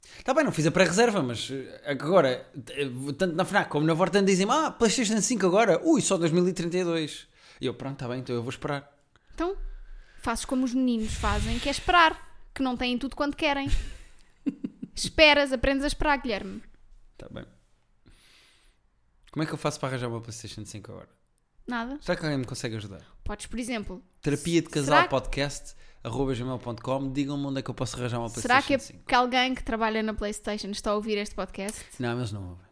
[SPEAKER 2] Está Tá bem, não fiz a pré-reserva, mas eh, agora, eh, tanto na FNAC como na Vorten dizem-me, ah, PlayStation 5 agora, ui, só 2032. E eu, pronto, está bem, então eu vou esperar.
[SPEAKER 1] Então, fazes como os meninos fazem, que é esperar. Que não têm tudo quanto querem. Esperas, aprendes a esperar, Guilherme.
[SPEAKER 2] Está Tá bem. Como é que eu faço para arranjar uma PlayStation 5 agora?
[SPEAKER 1] Nada.
[SPEAKER 2] Será que alguém me consegue ajudar?
[SPEAKER 1] Podes, por exemplo,
[SPEAKER 2] Terapia de
[SPEAKER 1] Será
[SPEAKER 2] casal
[SPEAKER 1] que-
[SPEAKER 2] podcast, arroba gmail.com, digam-me onde é que eu posso arranjar uma PlayStation
[SPEAKER 1] será que, é
[SPEAKER 2] 5.
[SPEAKER 1] que alguém que trabalha na PlayStation está a ouvir este podcast?
[SPEAKER 2] Não, eles não ouvem.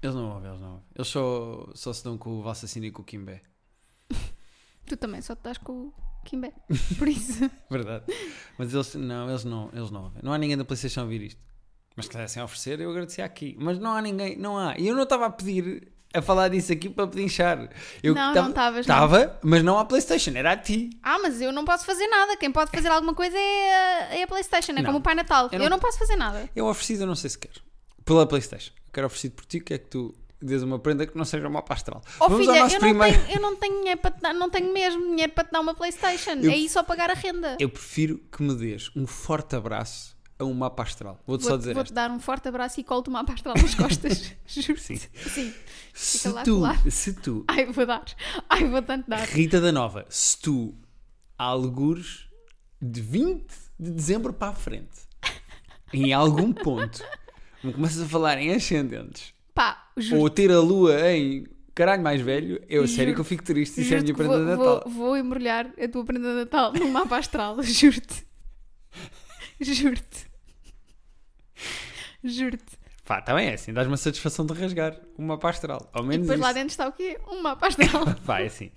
[SPEAKER 2] Eles não ouvem, eles não ouvem. Eles só, só se dão com o Valsacino e com o Kimbé.
[SPEAKER 1] Tu também só te das com o Kimbé. Por isso.
[SPEAKER 2] Verdade. Mas eles não, eles não, eles não ouvem. Não há ninguém da PlayStation a ouvir isto. Mas se quisessem oferecer, eu agradecia aqui. Mas não há ninguém, não há. E eu não estava a pedir, a falar disso aqui para pedinchar. Eu
[SPEAKER 1] Não, não estavas, não.
[SPEAKER 2] Estava, mas não à PlayStation, era a ti.
[SPEAKER 1] Ah, mas eu não posso fazer nada. Quem pode fazer alguma coisa é a, é a PlayStation, é
[SPEAKER 2] Não.
[SPEAKER 1] como o Pai Natal.
[SPEAKER 2] Eu
[SPEAKER 1] Eu
[SPEAKER 2] não-
[SPEAKER 1] não... posso fazer nada.
[SPEAKER 2] Eu oferecido, eu não sei se quero. Pela PlayStation. Eu quero oferecido por ti, que é que tu dês uma prenda que não seja uma pastral.
[SPEAKER 1] Oh filha, eu não, tenho, eu não tenho dinheiro para te dar, não tenho mesmo dinheiro para te dar uma Playstation.
[SPEAKER 2] Eu-
[SPEAKER 1] É isso a pagar a renda.
[SPEAKER 2] Eu prefiro que me dês um forte abraço a um mapa astral. Vou-te só
[SPEAKER 1] Vou-
[SPEAKER 2] dizer
[SPEAKER 1] Vou-te
[SPEAKER 2] esta.
[SPEAKER 1] dar um forte abraço e colo-te uma astral nas costas. Juro.
[SPEAKER 2] Sim.
[SPEAKER 1] Sim.
[SPEAKER 2] Se
[SPEAKER 1] lá
[SPEAKER 2] tu,
[SPEAKER 1] colado.
[SPEAKER 2] se tu
[SPEAKER 1] Ai, vou dar. Ai, vou tanto dar.
[SPEAKER 2] Rita da Nova, se tu há algures de 20 de dezembro para a frente, em algum ponto, me começas a falar em ascendentes
[SPEAKER 1] Pá, juro.
[SPEAKER 2] ou ter a lua em caralho mais velho, eu a sério
[SPEAKER 1] Juro.
[SPEAKER 2] que eu fico triste. Isso é a
[SPEAKER 1] Juro
[SPEAKER 2] minha
[SPEAKER 1] que
[SPEAKER 2] prenda de
[SPEAKER 1] vou,
[SPEAKER 2] Natal.
[SPEAKER 1] vou, vou embrulhar a tua prenda de Natal num mapa astral. Juro-te. Juro-te. Juro-te.
[SPEAKER 2] Pá, também é assim, dás uma satisfação de rasgar uma pastral. Ao
[SPEAKER 1] E
[SPEAKER 2] menos
[SPEAKER 1] depois lá
[SPEAKER 2] isso.
[SPEAKER 1] dentro está o quê? Um mapa astral.
[SPEAKER 2] Pá, é assim.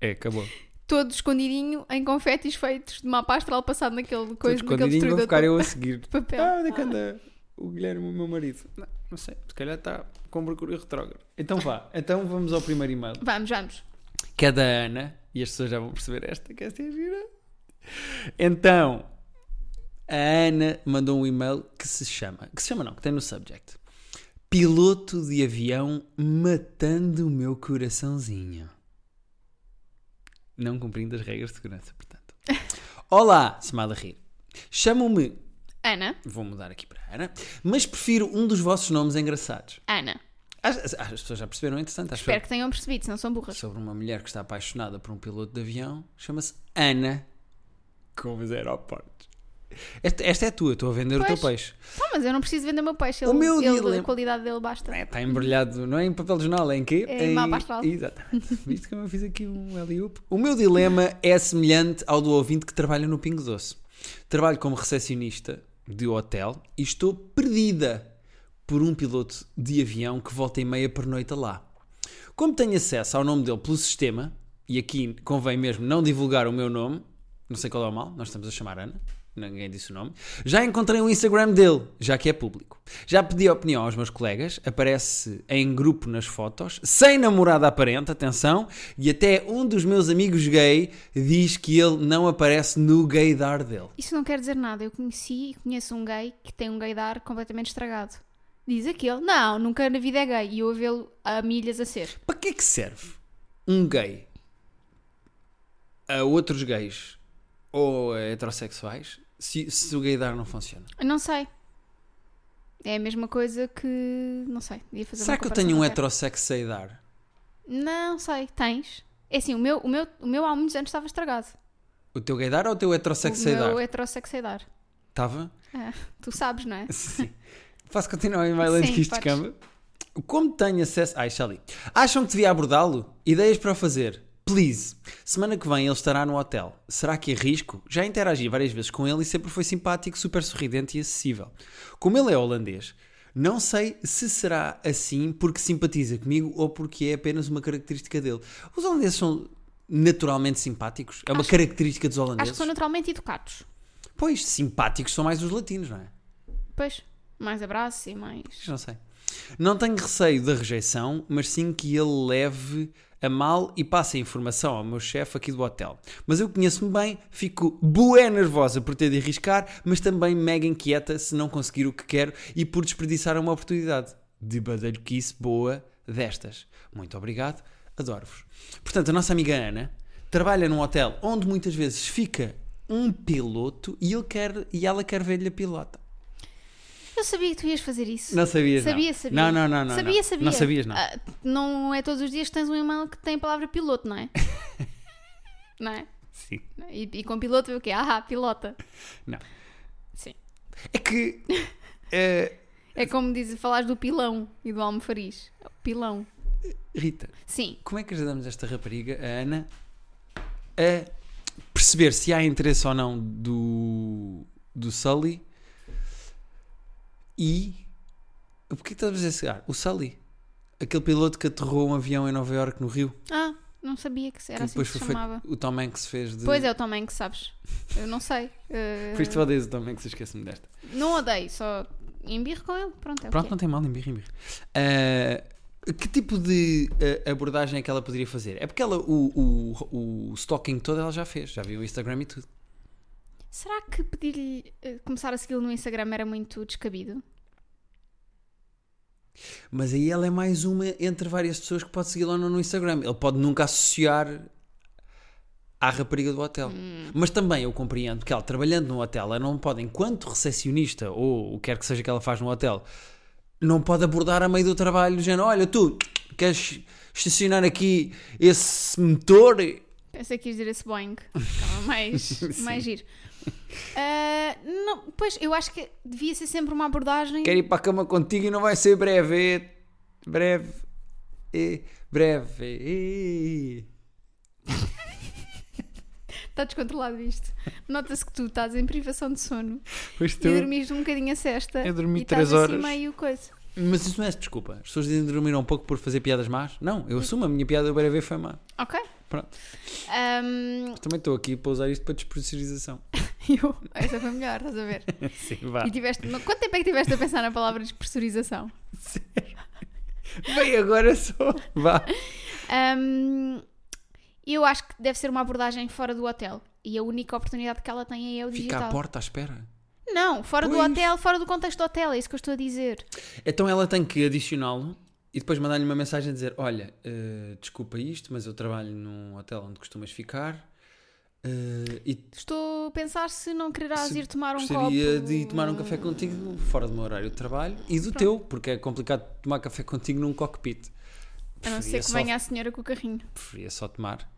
[SPEAKER 2] É, acabou.
[SPEAKER 1] Todo escondidinho em confetes feitos de mapa astral passado naquele coisa,
[SPEAKER 2] Todo
[SPEAKER 1] naquele
[SPEAKER 2] escondidinho vou
[SPEAKER 1] destruidor
[SPEAKER 2] ficar
[SPEAKER 1] de
[SPEAKER 2] eu a seguir.
[SPEAKER 1] papel.
[SPEAKER 2] Ah, onde é que anda o Guilherme, o meu marido? Não, não sei, se calhar está com mercúrio retrógrado. Então vá, então vamos ao primeiro e-mail.
[SPEAKER 1] Vamos, vamos.
[SPEAKER 2] que é da Ana, e as pessoas já vão perceber esta, que esta é gira. Então, a Ana mandou um e-mail que se chama, que se chama não, que tem no subject. Piloto de avião matando o meu coraçãozinho. Não cumprindo as regras de segurança, portanto. Olá, smile a rir. Chamo-me,
[SPEAKER 1] Ana,
[SPEAKER 2] vou mudar aqui para Ana, mas prefiro um dos vossos nomes engraçados.
[SPEAKER 1] Ana.
[SPEAKER 2] As, as- as pessoas já perceberam, entretanto, acho eu
[SPEAKER 1] Espero que tenham percebido, se não são burras.
[SPEAKER 2] sobre uma mulher que está apaixonada por um piloto de avião, chama-se Ana, com os aeroportos. Esta, esta é a tua, estou a vender o
[SPEAKER 1] Pois.
[SPEAKER 2] teu peixe.
[SPEAKER 1] Não, Tá, mas eu não preciso vender o meu peixe. Ele,
[SPEAKER 2] O meu
[SPEAKER 1] ele-
[SPEAKER 2] dilema-
[SPEAKER 1] A qualidade dele basta.
[SPEAKER 2] É, está embrulhado, não é em papel de jornal, é em quê?
[SPEAKER 1] É em mapa astral.
[SPEAKER 2] Exatamente. Viste como eu fiz aqui um L-up? O meu dilema é semelhante ao do ouvinte que trabalha no Pingo Doce. Trabalho como recepcionista de hotel e estou perdida por um piloto de avião que volta e meia pernoita lá. Como tenho acesso ao nome dele pelo sistema, e aqui convém mesmo não divulgar o meu nome, Não sei qual é o mal, nós estamos a chamar Ana. Ninguém disse o nome. Já encontrei o Instagram dele, já que é público. Já pedi opinião aos meus colegas, aparece em grupo nas fotos, sem namorada aparente, atenção, e até um dos meus amigos gay diz que ele não aparece no gaydar dele.
[SPEAKER 1] Isso não quer dizer nada. Eu conheci e conheço um gay que tem um gaydar completamente estragado. Diz aquele, não, nunca na vida é gay. E eu a vê-lo a milhas a ser.
[SPEAKER 2] Para que é que serve um gay a outros gays ou a heterossexuais se, se o gaydar não funciona?
[SPEAKER 1] Eu Não sei. É a mesma coisa que. Não sei. Devia fazer
[SPEAKER 2] Será
[SPEAKER 1] uma
[SPEAKER 2] que eu
[SPEAKER 1] comparação
[SPEAKER 2] tenho um
[SPEAKER 1] qualquer.
[SPEAKER 2] heterossexeidar?
[SPEAKER 1] Não sei. Tens? É assim, o meu, o, meu, o meu há muitos anos estava estragado.
[SPEAKER 2] O teu gaydar ou o teu
[SPEAKER 1] O
[SPEAKER 2] heterossexeidar?
[SPEAKER 1] meu é- heterossexeidar.
[SPEAKER 2] Estava?
[SPEAKER 1] É, tu sabes, não é?
[SPEAKER 2] Sim. Posso continuar em mais longe
[SPEAKER 1] Sim,
[SPEAKER 2] que isto
[SPEAKER 1] podes.
[SPEAKER 2] descamba? Como tenho acesso. Ai, já li. Acham que devia abordá-lo? Ideias para o fazer? Please. Semana que vem ele estará no hotel. Será que arrisco? Já interagi várias vezes com ele e sempre foi simpático, super sorridente e acessível. Como ele é holandês, não sei se será assim porque simpatiza comigo ou porque é apenas uma característica dele. Os holandeses são naturalmente simpáticos? É uma característica dos
[SPEAKER 1] Acho que
[SPEAKER 2] holandeses?
[SPEAKER 1] são naturalmente educados.
[SPEAKER 2] Pois, simpáticos são mais os latinos, não é?
[SPEAKER 1] Pois, mais abraço e mais.
[SPEAKER 2] Não sei. Não tenho receio da rejeição, mas sim que ele leve a mal e passe a informação ao meu chefe aqui do hotel. Mas eu conheço-me bem, fico bué nervosa por ter de arriscar, mas também mega inquieta se não conseguir o que quero e por desperdiçar uma oportunidade de badalhoquice boa destas. Muito obrigado, adoro-vos. Portanto, a nossa amiga Ana trabalha num hotel onde muitas vezes fica um piloto e, ele quer, e ela quer ver-lhe a pilota.
[SPEAKER 1] Eu sabia que tu ias fazer isso.
[SPEAKER 2] Não sabias, não.
[SPEAKER 1] Sabia, sabia.
[SPEAKER 2] Não, não, não, não.
[SPEAKER 1] Sabia,
[SPEAKER 2] não.
[SPEAKER 1] sabia.
[SPEAKER 2] Não sabias, não.
[SPEAKER 1] Ah, não é todos os dias que tens um e-mail que tem a palavra piloto, não é? não é?
[SPEAKER 2] Sim.
[SPEAKER 1] E, e com piloto vê o quê? Ah, pilota.
[SPEAKER 2] Não.
[SPEAKER 1] Sim.
[SPEAKER 2] É que. eh,
[SPEAKER 1] É como diz, falares do pilão e do almofariz. Pilão.
[SPEAKER 2] Rita,
[SPEAKER 1] Sim.
[SPEAKER 2] como é que ajudamos esta rapariga, a Ana, a perceber se há interesse ou não do, do Sully e. Porquê que estás a chegar? O Sully, aquele piloto que aterrou um avião em Nova Iorque no Rio,
[SPEAKER 1] Ah, não sabia que
[SPEAKER 2] que
[SPEAKER 1] era assim que se
[SPEAKER 2] foi feito-
[SPEAKER 1] chamava.
[SPEAKER 2] o Tom Hanks fez de.
[SPEAKER 1] Pois é, o Tom Hanks, sabes? Eu não sei. Ah,
[SPEAKER 2] Por isto odeias o Tom Hanks, esquece-me desta.
[SPEAKER 1] não odeio, só embirro com ele. Pronto, é o
[SPEAKER 2] Pronto,
[SPEAKER 1] que é.
[SPEAKER 2] não tem mal, nem birra, nem birra. Ah, que tipo de ah, abordagem é que ela poderia fazer? É porque ela, o, o, o stalking todo ela já fez, já viu o Instagram e tudo.
[SPEAKER 1] Será que pedir-lhe eh, começar a segui-lo no Instagram era muito descabido?
[SPEAKER 2] Mas aí ela é mais uma entre várias pessoas que pode segui-la ou não no Instagram. Ele pode nunca associar à rapariga do hotel. Mas também eu compreendo que ela, trabalhando no hotel, ela não pode, enquanto recepcionista ou o que quer que seja que ela faz no hotel, não pode abordar a meio do trabalho, dizendo: Olha, tu queres estacionar aqui esse motor?
[SPEAKER 1] Pensei que ias dizer esse Boeing. Ficava mais, mais giro. Ah, não, pois, eu acho que devia ser sempre uma abordagem.
[SPEAKER 2] Quero ir para a cama contigo e não vai ser breve. eh, Breve. eh, Breve. eh.
[SPEAKER 1] Está tá descontrolado isto. Nota-se que tu estás em privação de sono e
[SPEAKER 2] Estou-
[SPEAKER 1] dormiste um bocadinho a cesta.
[SPEAKER 2] Então Eu dormi
[SPEAKER 1] e estás
[SPEAKER 2] três
[SPEAKER 1] Assim
[SPEAKER 2] horas.
[SPEAKER 1] meio coisa.
[SPEAKER 2] Mas isso não é desculpa. As pessoas dizem que dormiram um pouco por fazer piadas más. Não, eu assumo. A minha piada do breve foi má.
[SPEAKER 1] Ok.
[SPEAKER 2] Pronto.
[SPEAKER 1] Ahm,
[SPEAKER 2] Mas também estou aqui para usar isto para despressurização.
[SPEAKER 1] eu, essa foi melhor, estás a ver?
[SPEAKER 2] Sim, vá.
[SPEAKER 1] E tiveste, mas quanto tempo é que tiveste a pensar na palavra despressurização?
[SPEAKER 2] Vem tipo, agora só. Vá.
[SPEAKER 1] Ahm, eu acho que deve ser uma abordagem fora do hotel. E a única oportunidade que ela tem aí é o
[SPEAKER 2] Fica à
[SPEAKER 1] digital.
[SPEAKER 2] porta à espera.
[SPEAKER 1] Não, fora do
[SPEAKER 2] Pois.
[SPEAKER 1] hotel, fora do contexto do hotel, é isso que eu estou a dizer.
[SPEAKER 2] Então ela tem que adicioná-lo e depois mandar-lhe uma mensagem a dizer: Olha, eh, desculpa isto, mas eu trabalho num hotel onde costumas ficar. eh, e
[SPEAKER 1] Estou a pensar se não quererás
[SPEAKER 2] Se
[SPEAKER 1] ir tomar um
[SPEAKER 2] Gostaria
[SPEAKER 1] copo.
[SPEAKER 2] de ir tomar um café contigo fora do meu horário de trabalho e do teu, porque é complicado tomar café contigo num cockpit.
[SPEAKER 1] A não ser que
[SPEAKER 2] só,
[SPEAKER 1] venha a senhora com o carrinho.
[SPEAKER 2] preferia só tomar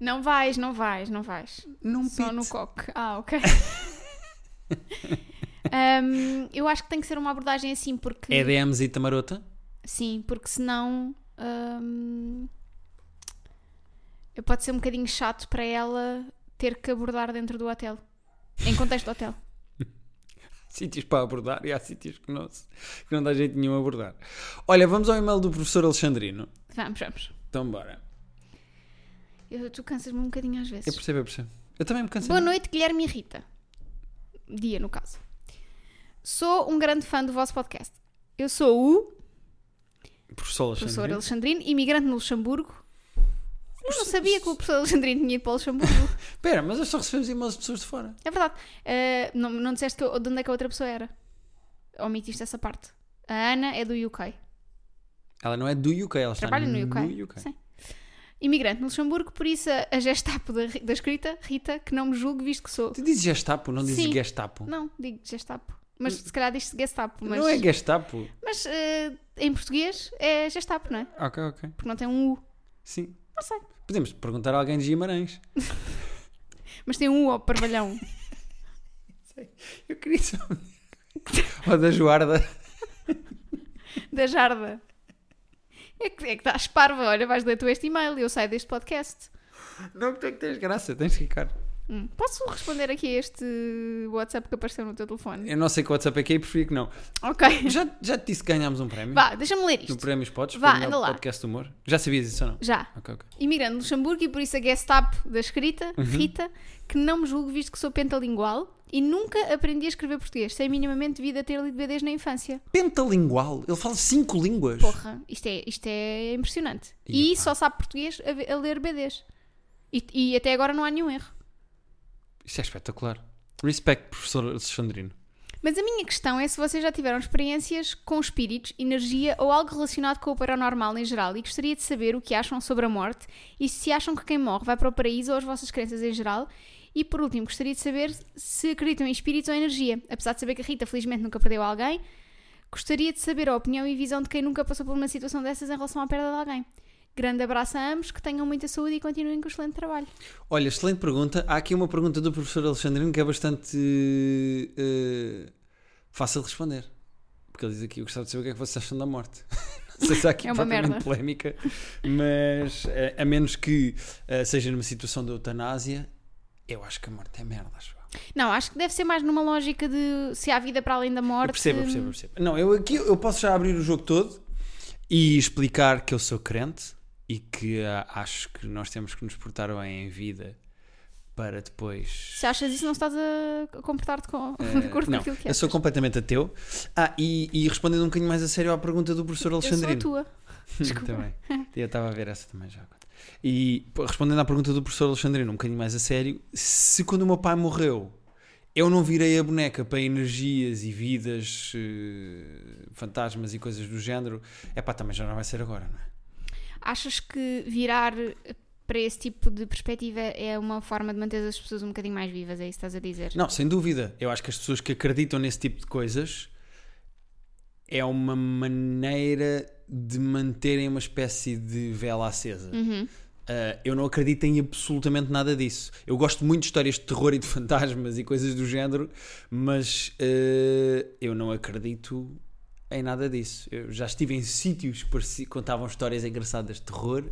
[SPEAKER 1] Não vais, não vais, não vais.
[SPEAKER 2] num
[SPEAKER 1] Só
[SPEAKER 2] pit.
[SPEAKER 1] no coque. Ah, ok. Ahm, eu acho que tem que ser uma abordagem assim, porque.
[SPEAKER 2] É DMs e tamarota?
[SPEAKER 1] Sim, porque senão. ahm, pode ser um bocadinho chato para ela ter que abordar dentro do hotel. Em contexto do hotel.
[SPEAKER 2] Sítios para abordar e há sítios que não, se- que não dá jeito nenhum a abordar. Olha, vamos ao e-mail do professor Alexandrino.
[SPEAKER 1] Vamos, vamos.
[SPEAKER 2] Então, bora.
[SPEAKER 1] Eu- tu cansas-me um bocadinho às
[SPEAKER 2] Eu
[SPEAKER 1] vezes.
[SPEAKER 2] percebo, eu percebo. Eu também me cansei.
[SPEAKER 1] Boa noite, Guilherme e Rita. Dia, no caso. Sou um grande fã do vosso podcast. Eu sou o
[SPEAKER 2] Professor
[SPEAKER 1] professor
[SPEAKER 2] Alexandre.
[SPEAKER 1] Alexandrino, imigrante no Luxemburgo. Eu não sabia que o professor Alexandrino tinha ido para o Luxemburgo.
[SPEAKER 2] Espera, mas nós só recebemos e-mails de pessoas de fora.
[SPEAKER 1] É verdade. Eh, não, não disseste que eu- de onde é que a outra pessoa era. Omitiste essa parte. A Ana é do UK.
[SPEAKER 2] Ela não é do UK, ela está
[SPEAKER 1] Trabalha no UK.
[SPEAKER 2] No UK.
[SPEAKER 1] Sim. Imigrante no Luxemburgo, por isso a a Gestapo da, Ri- da escrita, Rita, que não me julgue, visto que sou.
[SPEAKER 2] Tu dizes Gestapo, não dizes
[SPEAKER 1] Sim.
[SPEAKER 2] Gestapo.
[SPEAKER 1] Não, digo Gestapo. Mas se calhar diz-se Gestapo. Mas,
[SPEAKER 2] Não é Gestapo.
[SPEAKER 1] mas eh, em português é Gestapo, não é?
[SPEAKER 2] Ok, ok.
[SPEAKER 1] Porque não tem um U.
[SPEAKER 2] Sim.
[SPEAKER 1] Não sei.
[SPEAKER 2] Podemos perguntar a alguém de Guimarães.
[SPEAKER 1] Mas tem um U ao parvalhão.
[SPEAKER 2] Eu queria saber. Ou da Joarda.
[SPEAKER 1] da Jarda. É que, é que estás parva. Olha, vais ler tu este e-mail e eu saio deste podcast.
[SPEAKER 2] Não, tu é que tens graça, tens que ficar.
[SPEAKER 1] Hum, Posso responder aqui a este WhatsApp que apareceu no teu telefone?
[SPEAKER 2] Eu não sei que WhatsApp é que é e preferia que não.
[SPEAKER 1] Ok.
[SPEAKER 2] Já, já te disse que ganhámos um prémio?
[SPEAKER 1] Vá, deixa-me ler
[SPEAKER 2] No
[SPEAKER 1] isto.
[SPEAKER 2] Prémio Spots,
[SPEAKER 1] Vá,
[SPEAKER 2] Vá,
[SPEAKER 1] anda lá.
[SPEAKER 2] podcast de humor. Já sabias isso ou não?
[SPEAKER 1] Já.
[SPEAKER 2] Ok, ok.
[SPEAKER 1] Imigrante no Luxemburgo e por isso a Gestapo da escrita, Rita, que não me julgo visto que sou pentalingual e nunca aprendi a escrever português, sem minimamente devido a ter lido BDs na infância.
[SPEAKER 2] Pentalingual, ele fala cinco línguas.
[SPEAKER 1] Porra, isto é, isto é impressionante. E,
[SPEAKER 2] Epá.
[SPEAKER 1] só sabe português a, ve- a ler BDs. E, e até agora não há nenhum erro.
[SPEAKER 2] Isto é espetacular. Respect, professor Alexandrino.
[SPEAKER 1] Mas a minha questão é se vocês já tiveram experiências com espíritos, energia ou algo relacionado com o paranormal em geral e gostaria de saber o que acham sobre a morte e se acham que quem morre vai para o paraíso ou as vossas crenças em geral. E por último, gostaria de saber se acreditam em espíritos ou energia. Apesar de saber que a Rita felizmente nunca perdeu alguém, gostaria de saber a opinião e visão de quem nunca passou por uma situação dessas em relação à perda de alguém. Grande abraço a ambos, que tenham muita saúde e continuem com o excelente trabalho.
[SPEAKER 2] Olha, excelente pergunta. Há aqui uma pergunta do professor Alexandrino que é bastante eh, fácil de responder. Porque ele diz aqui: Eu gostava de saber o que é que vocês acham da morte. Não sei se há aqui
[SPEAKER 1] É uma
[SPEAKER 2] propriamente
[SPEAKER 1] merda.
[SPEAKER 2] polémica, mas eh, a menos que eh, seja numa situação de eutanásia, eu acho que a morte é merda, acho eu.
[SPEAKER 1] Não, acho que deve ser mais numa lógica de se há vida para além da morte. é-
[SPEAKER 2] Eu percebo, eu percebo, eu percebo. Não, eu aqui eu posso já abrir o jogo todo e explicar que eu sou crente e que ah, acho que nós temos que nos portar bem em vida para depois.
[SPEAKER 1] Se achas isso, não estás a comportar-te com, de acordo com
[SPEAKER 2] É, não,
[SPEAKER 1] aquilo que
[SPEAKER 2] eu
[SPEAKER 1] és.
[SPEAKER 2] sou completamente ateu. Ah, e, e respondendo um bocadinho mais a sério à pergunta do professor
[SPEAKER 1] eu sou a
[SPEAKER 2] Alexandrino.
[SPEAKER 1] tua. Desculpa.
[SPEAKER 2] também. Eu estava a ver essa também já. agora. E pô, respondendo à pergunta do professor Alexandrino, um bocadinho mais a sério, se quando o meu pai morreu eu não virei a boneca para energias e vidas, eh, fantasmas e coisas do género, é pá, também já não vai ser agora, não é?
[SPEAKER 1] Achas que virar para esse tipo de perspectiva é uma forma de manter as pessoas um bocadinho mais vivas? É isso que estás a dizer?
[SPEAKER 2] Não, sem dúvida. Eu acho que as pessoas que acreditam nesse tipo de coisas é uma maneira de manterem uma espécie de vela acesa. Ah, eu não acredito em absolutamente nada disso. Eu gosto muito de histórias de terror e de fantasmas e coisas do género, mas ah, eu não acredito em nada disso. Eu já estive em sítios que pareci- contavam histórias engraçadas de terror,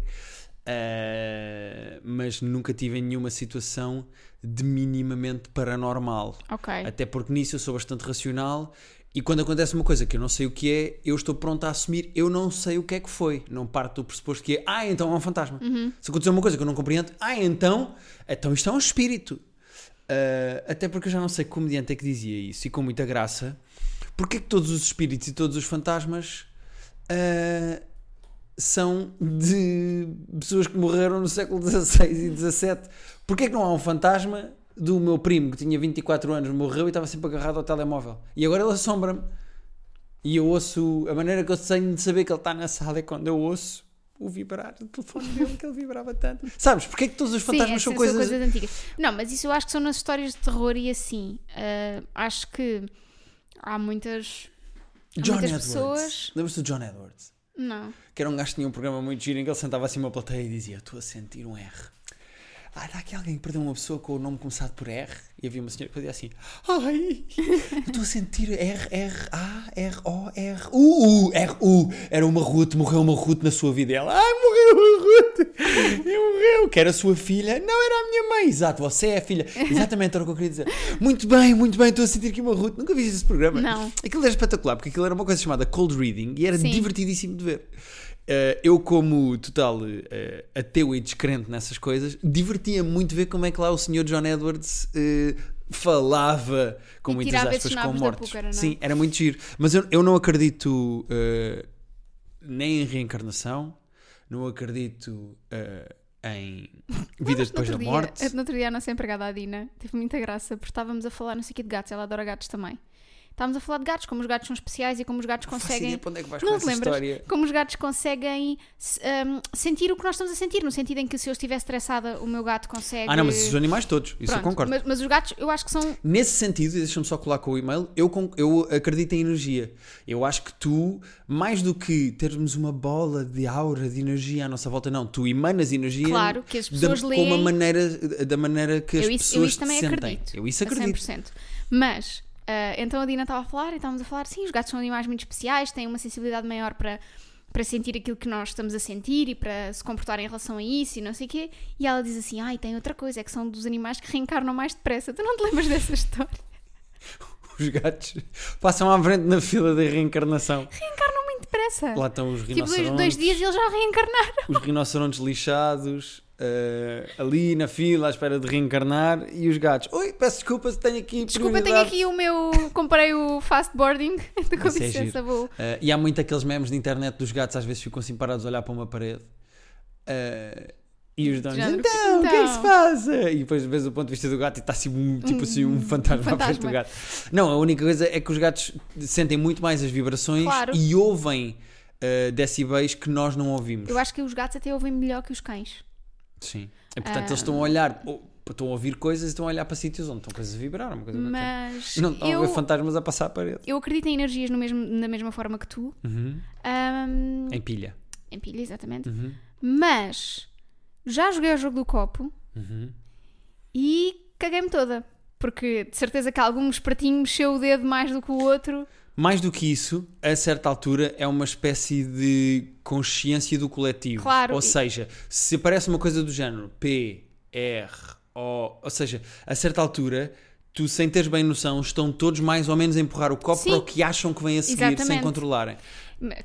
[SPEAKER 2] ah, mas nunca tive em nenhuma situação de minimamente paranormal.
[SPEAKER 1] Ok.
[SPEAKER 2] Até porque nisso eu sou bastante racional e quando acontece uma coisa que eu não sei o que é, eu estou pronto a assumir, eu não sei o que é que foi. Não parto do pressuposto que é, ah, então é um fantasma. Se acontecer uma coisa que eu não compreendo, ah, então, então isto é um espírito. Ah, até porque eu já não sei que comediante é que dizia isso e com muita graça. Porquê que todos os espíritos e todos os fantasmas ah, são de pessoas que morreram no século XVI e XVII. Porquê que não há um fantasma do meu primo que tinha 24 anos, morreu e estava sempre agarrado ao telemóvel? E agora ele assombra-me. E eu ouço, a maneira que eu tenho de saber que ele está na sala é quando eu ouço o vibrar do telefone dele, que ele vibrava tanto. Sabes, porquê é que todos os
[SPEAKER 1] Sim, é assim,
[SPEAKER 2] fantasmas
[SPEAKER 1] essas
[SPEAKER 2] são coisas...
[SPEAKER 1] antigas. Não, mas isso eu acho que são nas histórias de terror e assim. Ah, acho que há muitas. há
[SPEAKER 2] John
[SPEAKER 1] muitas
[SPEAKER 2] Edwards.
[SPEAKER 1] pessoas.
[SPEAKER 2] Lembras-te do John Edwards?
[SPEAKER 1] Não.
[SPEAKER 2] Que era um gajo que tinha um programa muito giro em que ele sentava assim uma plateia e dizia: Estou a sentir um R. Ah, está aqui alguém que perdeu uma pessoa com o nome começado por R? E havia uma senhora que fazia assim: Ai, eu estou a sentir R, R, A, R, O, R, U, U, R, U. Era uma Ruth, morreu uma Ruth na sua vida. E ela: Ai, morreu uma Ruth. E morreu. Que era a sua filha. Não, era a minha mãe. Exato, você é a filha. Exatamente, era o que eu queria dizer. Muito bem, muito bem, estou a sentir aqui uma Ruth. Nunca vi esse programa.
[SPEAKER 1] Não.
[SPEAKER 2] Aquilo era espetacular, porque aquilo era uma coisa chamada cold reading e era
[SPEAKER 1] Sim.
[SPEAKER 2] divertidíssimo de ver. Eh, eu, como total eh, ateu e descrente nessas coisas, divertia muito ver como é que lá o senhor John Edwards eh, falava com
[SPEAKER 1] E
[SPEAKER 2] muitas
[SPEAKER 1] tirava
[SPEAKER 2] aspas
[SPEAKER 1] esses
[SPEAKER 2] com
[SPEAKER 1] nabos da
[SPEAKER 2] mortos.
[SPEAKER 1] púcara, não é?
[SPEAKER 2] Sim, era muito giro. Mas eu, eu não acredito eh, nem em reencarnação, não acredito eh, em vidas depois da
[SPEAKER 1] Outro dia- eh,
[SPEAKER 2] morte.
[SPEAKER 1] No outro dia, a nossa empregada a Dina teve muita graça porque estávamos a falar, não sei o que, de gatos. Ela adora gatos também. Estávamos a falar de gatos, como os gatos são especiais e como os gatos
[SPEAKER 2] Não faço ideia
[SPEAKER 1] conseguem.
[SPEAKER 2] para onde é que vais
[SPEAKER 1] Não
[SPEAKER 2] com
[SPEAKER 1] te
[SPEAKER 2] essa
[SPEAKER 1] lembras?
[SPEAKER 2] história.
[SPEAKER 1] Como os gatos conseguem se- ahm, sentir o que nós estamos a sentir, no sentido em que se eu estiver estressada, o meu gato consegue.
[SPEAKER 2] Ah, não, mas os animais todos, isso eu
[SPEAKER 1] Pronto,
[SPEAKER 2] concordo.
[SPEAKER 1] Mas, mas os gatos, eu acho que são.
[SPEAKER 2] Nesse sentido, e deixa-me só colar com o e-mail, eu, con- eu acredito em energia. Eu acho que tu, mais do que termos uma bola de aura de energia à nossa volta, não, tu emanas energia
[SPEAKER 1] Claro, que as
[SPEAKER 2] da-
[SPEAKER 1] pessoas
[SPEAKER 2] com
[SPEAKER 1] leem.
[SPEAKER 2] uma maneira, da maneira que as
[SPEAKER 1] Eu isso, eu
[SPEAKER 2] pessoas
[SPEAKER 1] isso também
[SPEAKER 2] te sentem.
[SPEAKER 1] acredito. É
[SPEAKER 2] Eu isso
[SPEAKER 1] a
[SPEAKER 2] acredito.
[SPEAKER 1] 100%. Mas, ah, então a Dina estava a falar e estávamos a falar, sim, os gatos são animais muito especiais, têm uma sensibilidade maior para, para sentir aquilo que nós estamos a sentir e para se comportar em relação a isso e não sei o quê. E ela diz assim, ai, tem outra coisa, é que são dos animais que reencarnam mais depressa. Tu não te lembras dessa história?
[SPEAKER 2] Os gatos passam à frente na fila da reencarnação.
[SPEAKER 1] Reencarnam muito depressa.
[SPEAKER 2] Lá estão os
[SPEAKER 1] Tipo,
[SPEAKER 2] rinocerontes,
[SPEAKER 1] dois, dois dias e eles já reencarnaram.
[SPEAKER 2] os rinocerontes lixados, eh, ali na fila à espera de reencarnar, e os gatos. Oi, peço desculpa se tenho aqui
[SPEAKER 1] Desculpa, eu tenho
[SPEAKER 2] prioridade."
[SPEAKER 1] aqui o meu... Comprei o fast boarding. Com
[SPEAKER 2] Isso é
[SPEAKER 1] licença,
[SPEAKER 2] giro.
[SPEAKER 1] vou...
[SPEAKER 2] Uh, e há muito aqueles memes de internet dos gatos às vezes ficam assim parados a olhar para uma parede. Uh, e os donos,
[SPEAKER 1] Género,
[SPEAKER 2] então, o que é que se
[SPEAKER 1] então."
[SPEAKER 2] faz? E depois vês o ponto de vista do gato e está assim, um, tipo assim, um fantasma, à frente
[SPEAKER 1] Hum, fantasma.
[SPEAKER 2] do gato. Não, a única coisa é que os gatos sentem muito mais as vibrações
[SPEAKER 1] Claro.
[SPEAKER 2] e ouvem uh, decibéis que nós não ouvimos.
[SPEAKER 1] Eu acho que os gatos até ouvem melhor que os cães.
[SPEAKER 2] Sim. E, portanto,
[SPEAKER 1] Ah.
[SPEAKER 2] eles estão a olhar, ou- estão a ouvir coisas e estão a olhar para sítios onde estão coisas a vibrar. Uma coisa qualquer.
[SPEAKER 1] Mas
[SPEAKER 2] Não estão a
[SPEAKER 1] eu,
[SPEAKER 2] ver fantasmas a passar a parede.
[SPEAKER 1] eu acredito em energias no mesmo, na mesma forma que tu.
[SPEAKER 2] Uhum.
[SPEAKER 1] Ahm,
[SPEAKER 2] Em pilha.
[SPEAKER 1] em pilha, exatamente.
[SPEAKER 2] Uhum.
[SPEAKER 1] Mas já joguei o jogo do copo
[SPEAKER 2] Uhum.
[SPEAKER 1] e caguei-me toda. Porque de certeza que algum espertinho mexeu o dedo mais do que o outro.
[SPEAKER 2] Mais do que isso, a certa altura é uma espécie de consciência do coletivo.
[SPEAKER 1] Claro.
[SPEAKER 2] Ou seja, se aparece uma coisa do género P, R, O, ou seja, a certa altura, tu sem teres bem noção, estão todos mais ou menos a empurrar o copo
[SPEAKER 1] Sim.
[SPEAKER 2] para o que acham que vem a seguir sem
[SPEAKER 1] Exatamente.
[SPEAKER 2] controlarem.